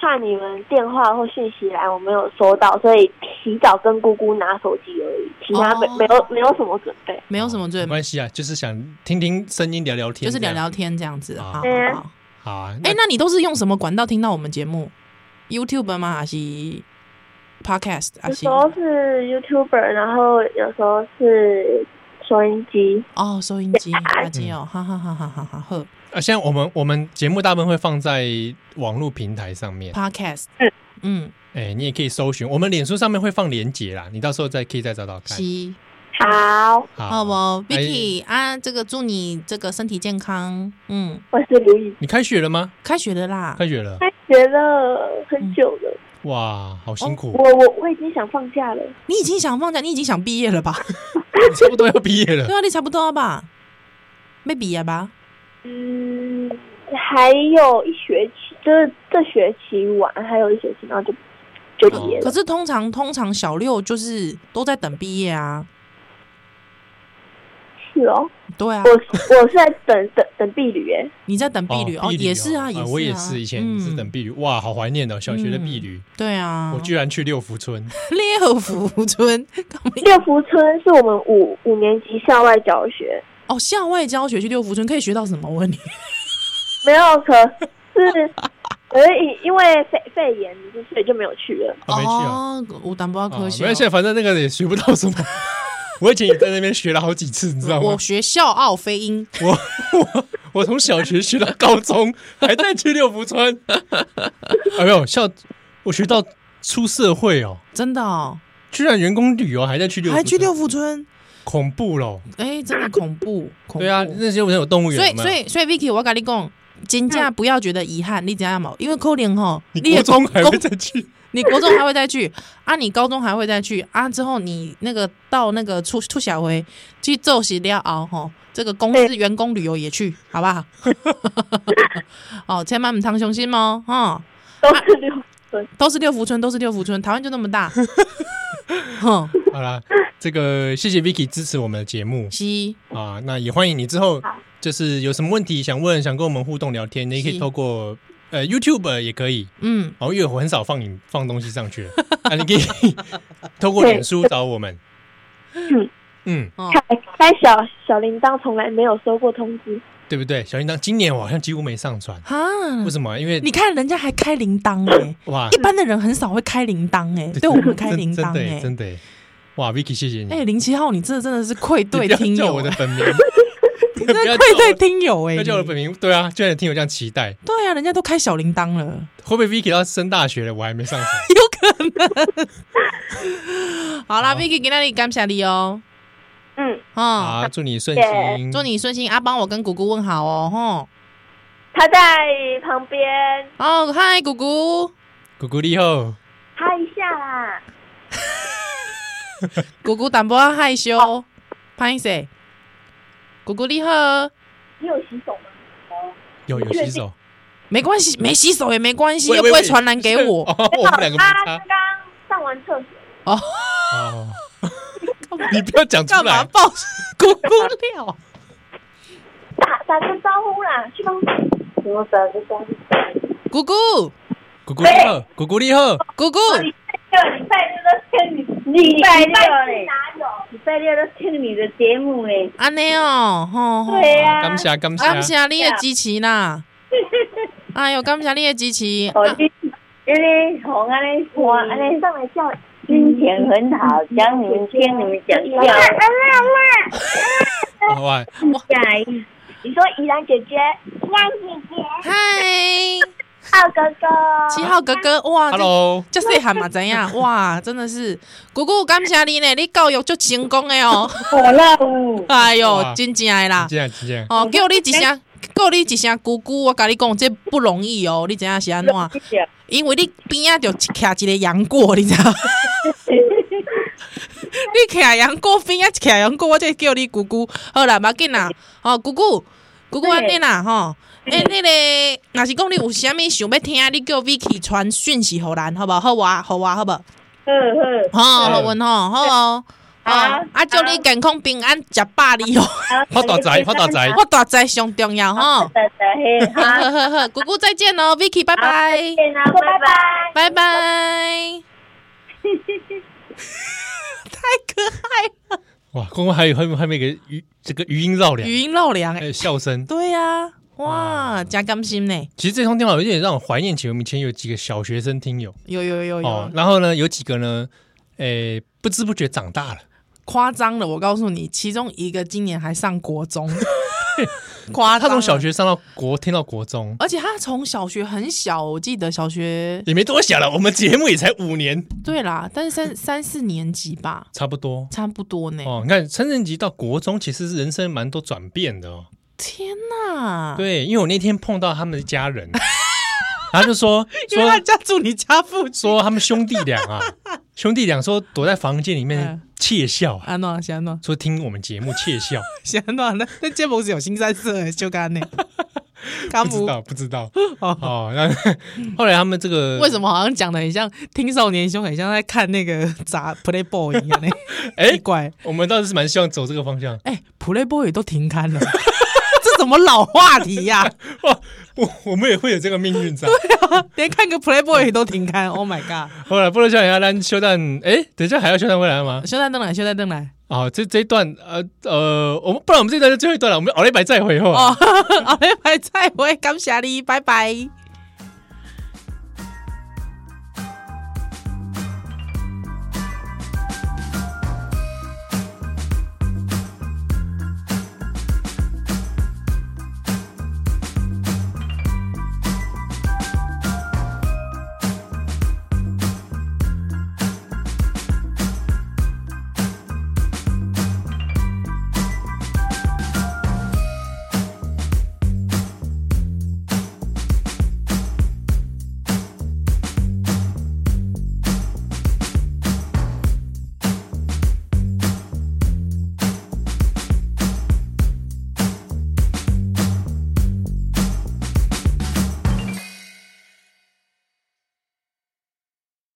Speaker 3: 怕你们电话或讯息来，我没有收到，所以提早跟姑姑拿手机而已，其他没、
Speaker 2: 哦
Speaker 3: 没有没有什么准备。
Speaker 2: 没有什么
Speaker 1: 没
Speaker 2: 准备，
Speaker 1: 关系啊，就是想听听声音，聊聊天，
Speaker 2: 就是聊
Speaker 1: 这样。
Speaker 2: 聊天这样子。好好
Speaker 3: 嗯
Speaker 2: 好。
Speaker 1: 好啊，
Speaker 2: 哎、
Speaker 1: 那
Speaker 2: 那你都是用什么管道听到我们节目？YouTube 吗？还是 Podcast？还
Speaker 3: 有
Speaker 2: 是
Speaker 3: 时候是 YouTuber，然后有时候是收音机。
Speaker 2: 哦，收音机，垃圾哦，哈哈哈哈哈哈呵
Speaker 1: 啊，现在我们我们节目大部分会放在网络平台上面，
Speaker 2: ，Podcast，
Speaker 3: 嗯
Speaker 2: 嗯，
Speaker 1: 哎，你也可以搜寻，我们脸书上面会放链接啦，你到时候再可以再找找看。
Speaker 2: 西，
Speaker 3: 好，
Speaker 2: 好不
Speaker 1: 哎
Speaker 2: ，Vicky 啊，这个祝你这个身体健康，嗯，
Speaker 3: 我是刘雨。
Speaker 1: 你开学了吗？
Speaker 2: 开学了啦，
Speaker 1: 开学了，
Speaker 3: 开学了很久了，
Speaker 1: 哇，好辛
Speaker 2: 哦
Speaker 1: 苦，
Speaker 3: 我我我已经想放假了。
Speaker 2: 你已经想放假，你已经想毕业了吧？
Speaker 1: 你差不多要毕业了
Speaker 2: 对。啊，你差不多吧，没毕业吧？
Speaker 3: 嗯，还有一学期，就是这学期完，还有一学期，然后就就毕业
Speaker 2: 可
Speaker 3: 了。
Speaker 2: 是通常通常小六就是都在等毕业啊，
Speaker 3: 是哦，
Speaker 2: 对啊
Speaker 3: 我，我是在等等等婢女耶，
Speaker 2: 你在 等毕旅哦，
Speaker 1: 毕旅
Speaker 2: 也是啊，也是啊，
Speaker 1: 我也是，以前是等
Speaker 2: 嗯
Speaker 1: 毕旅，哇，好怀念哦，小学的毕旅，
Speaker 2: 对啊，
Speaker 1: 我居然去六福村，
Speaker 2: 六福村干嘛
Speaker 3: 六福村是我们五五年级校外教学，
Speaker 2: 哦，校外教学去六福村可以学到什么？我问你，
Speaker 3: 没有可是，可是因因为肺肺炎，所以就没有去了。
Speaker 1: 我没去哦。
Speaker 2: 哦，我淡薄可
Speaker 1: 哦
Speaker 2: 惜
Speaker 1: 没关系，反正那个也学不到什么。 我以前也在那边学了好几次，你知道吗
Speaker 2: 我？学校奥飞鹰，
Speaker 1: 我我 我从小学学到高中，还在去六福村。 哎呦，校我学到出社会哦，
Speaker 2: 真的哦，
Speaker 1: 居然员工旅游还在去六福
Speaker 2: 还
Speaker 1: 村，
Speaker 2: 去六福村，
Speaker 1: 恐怖咯。
Speaker 2: 哎，真的恐怖，恐怖。
Speaker 1: 对啊，那些不是有动物园
Speaker 2: 所以
Speaker 1: 吗？
Speaker 2: 所以所以，Vicky，我跟你讲，真正不要觉得遗憾，你知道吗？因为可能吼，
Speaker 1: 你国
Speaker 2: 也
Speaker 1: 中还
Speaker 2: 公
Speaker 1: 会再去，
Speaker 2: 你国中还会再去 啊，你高中还会再去啊，之后你那个到那个出出小回去做洗料熬吼，这个公司员工旅游也去，好不好？ 哦，千万唔通伤心哦，哈、
Speaker 3: 都是
Speaker 2: 啊
Speaker 3: 六
Speaker 2: 哦都是六福村，都是六福村，台湾就那么大， 哼，
Speaker 1: 好啦，这个谢谢 Vicky 支持我们的节目
Speaker 2: 西
Speaker 1: 啊，那也欢迎你之后就是有什么问题想问，想跟我们互动聊天，你也可
Speaker 2: 是
Speaker 1: 以透过呃 YouTube 也可以，
Speaker 2: 嗯，
Speaker 1: 哦，因为我很少放影放东西上去了， 啊，你可以透过脸书找我们。嗯嗯，
Speaker 2: 哦，
Speaker 3: 开开小小铃铛，从来没有收过通知。
Speaker 1: 对不对？小铃铛今年我好像几乎没上传，
Speaker 2: 哈，
Speaker 1: 为什么？因为
Speaker 2: 嗯你看人家还开铃铛哎、
Speaker 1: 哇
Speaker 2: 一，般的人很少会开铃铛哎、对我们开
Speaker 1: 真
Speaker 2: 铃铛
Speaker 1: 真的耶
Speaker 2: 哎、
Speaker 1: 真的耶哇，Vicky 谢谢你，
Speaker 2: 哎、零七号，你这真的是愧对
Speaker 1: 你不要
Speaker 2: 听
Speaker 1: 叫
Speaker 2: 友
Speaker 1: 我
Speaker 2: 欸、
Speaker 1: 的本 名， 你
Speaker 2: 真
Speaker 1: 不
Speaker 2: 的
Speaker 1: 要
Speaker 2: 愧
Speaker 1: 叫
Speaker 2: 对
Speaker 1: 我
Speaker 2: 听友哎、
Speaker 1: 不要叫我的本名，对啊，居然有听友这样期待，
Speaker 2: 对啊，人家都开小铃铛了，
Speaker 1: 会不会 Vicky 要升大学了，我还没上传？
Speaker 2: 有可能。 好啦
Speaker 1: 好
Speaker 2: ，Vicky，给那里感谢你哦，
Speaker 3: 嗯，
Speaker 2: 哦，
Speaker 1: 啊，祝你顺
Speaker 3: 谢
Speaker 1: 心，
Speaker 2: 祝你顺心啊，帮我跟姑姑问好哦，吼。
Speaker 3: 他在旁边
Speaker 2: 哦，嗨，姑姑，
Speaker 1: 姑姑力后，
Speaker 3: 嗨一下啦。
Speaker 2: 姑姑淡薄仔啊害羞，拍谁？姑姑你好，
Speaker 3: 你有洗手吗？哦
Speaker 1: 有有洗手，
Speaker 2: 没关系，没洗手也没关系，
Speaker 1: 喂
Speaker 2: 又不
Speaker 1: 喂
Speaker 2: 会
Speaker 1: 喂
Speaker 2: 传染给我。
Speaker 1: 哦，我们两个没
Speaker 3: 他
Speaker 1: 差
Speaker 3: 刚刚上完厕所。
Speaker 2: 哦，
Speaker 1: 哦，你不要讲出
Speaker 2: 干嘛
Speaker 1: 来，
Speaker 2: 爆姑姑料？
Speaker 3: 打打声招呼啦，去吧。我打个招呼。
Speaker 2: 姑姑，
Speaker 1: 姑姑力后，姑姑力后。
Speaker 2: 姑姑，
Speaker 3: 礼拜六，礼拜六都是你，礼拜六哪有？礼拜六都听你的节目哎。
Speaker 2: 安尼哦，吼吼，
Speaker 3: 对啊呀、
Speaker 1: 感谢感
Speaker 2: 感
Speaker 1: 谢，啊
Speaker 2: 谢你的支持啦！哎哟，感谢你的支持，
Speaker 3: 哦
Speaker 2: 啊
Speaker 4: 我今今天从安尼
Speaker 3: 我
Speaker 4: 看，安
Speaker 3: 安尼
Speaker 4: 尼
Speaker 3: 上来叫
Speaker 4: 心情很好，讲你们听你们讲笑，
Speaker 1: 哦哇，
Speaker 4: 下一
Speaker 3: 你说怡然姐姐、亮姐姐、
Speaker 2: 嗨，
Speaker 3: 浩哥哥，
Speaker 2: 七号哥哥，哇这
Speaker 1: Hello，
Speaker 2: 这细汉嘛怎样？哇，真的是，姑姑感谢你呢，你教育足成功的 哦！
Speaker 4: 火辣舞，
Speaker 2: 哎哟，
Speaker 1: 哇
Speaker 2: 真正的啦，
Speaker 1: 这样这样，
Speaker 2: 哦，叫你一声，叫你一声姑姑，我跟你讲，这不容易哦，你知影是安怎样？因为你边啊就徛一个杨过，你知道？你徛杨过边啊，徛杨过，我才叫你姑姑。好啦，无要紧啦，哦，姑姑，姑姑安尼啦，吼。诶、那个，若是讲你有啥物想要听，你叫 Vicky 传讯息互咱，好无？好哇，好哇，好无？
Speaker 4: 呵呵，
Speaker 2: 好，好阮吼，好哦。
Speaker 4: 好
Speaker 2: 啊啊！祝你健康平安，食饱你哦！
Speaker 1: 发大财发大财
Speaker 2: 我大灾上重要吼。
Speaker 4: 大家嘿，
Speaker 2: 好好好好，姑姑再见哦，Vicky 拜拜，
Speaker 4: 见啦，
Speaker 3: 拜
Speaker 2: 拜
Speaker 3: 拜
Speaker 4: 拜拜。
Speaker 2: 拜。太可爱了，
Speaker 1: 哇，刚刚还有后面还有一个余这个余音绕梁，
Speaker 2: 语音绕梁哎
Speaker 1: 还。有笑声。
Speaker 2: 对呀、哇，真甘心欸呢！
Speaker 1: 其实这通电话有点让我怀念起我们以前有几个小学生听友
Speaker 2: 有有有
Speaker 1: 哦
Speaker 2: 有，，
Speaker 1: 然后呢，有几个呢，诶，不知不觉长大了，
Speaker 2: 夸张了！我告诉你，其中一个今年还上国 中，夸
Speaker 1: 他
Speaker 2: 张。
Speaker 1: 从小，学上到国，听到国中。
Speaker 2: 而且他从小学很小，我记得小学
Speaker 1: 也没多小了，我们节目也才五年，
Speaker 2: 对啦，但是 三三四年级吧，
Speaker 1: 差不多
Speaker 2: 差不多呢。
Speaker 1: 哦。你看，三年级到国中，其实是人生蛮多转变的哦。
Speaker 2: 天哪！
Speaker 1: 对，因为我那天碰到他们的家 人，然后就说
Speaker 2: 因为他
Speaker 1: 说
Speaker 2: 家住你家附近，
Speaker 1: 说他们兄弟俩 啊，兄弟俩说躲在房间里面
Speaker 2: 嗯
Speaker 1: 窃笑啊，
Speaker 2: 安诺是安诺
Speaker 1: 说听我们节目窃 笑，
Speaker 2: 是安诺，那那节目是有新三色的，就干呢。 干
Speaker 1: 不知
Speaker 2: 不
Speaker 1: 道不知道
Speaker 2: 哦，
Speaker 1: 哦。然后 后来他们这个
Speaker 2: 为什么好像讲的很像听少年兄，很像在看那个杂 Playboy 一样呢？奇
Speaker 1: 哎，
Speaker 2: 怪，
Speaker 1: 我们倒是蛮希望走这个方 向。
Speaker 2: 哎、p l a y b o y 都停刊了， 这什么老话题呀、
Speaker 1: 哇，我我们也会有这个命运在。
Speaker 2: 啊连看个 Playboy 都停刊，Oh my god！
Speaker 1: 后来不能笑一下，咱休蛋。哎，等一下还要休蛋回来吗？
Speaker 2: 休蛋邓来，休蛋邓来，
Speaker 1: 啊，这这一段呃呃，我们
Speaker 2: 哦
Speaker 1: 不然我们这一段就最后一段了，我们熬了一百再回后啊。
Speaker 2: 哦，好嘞，拜再会，感谢你，拜拜。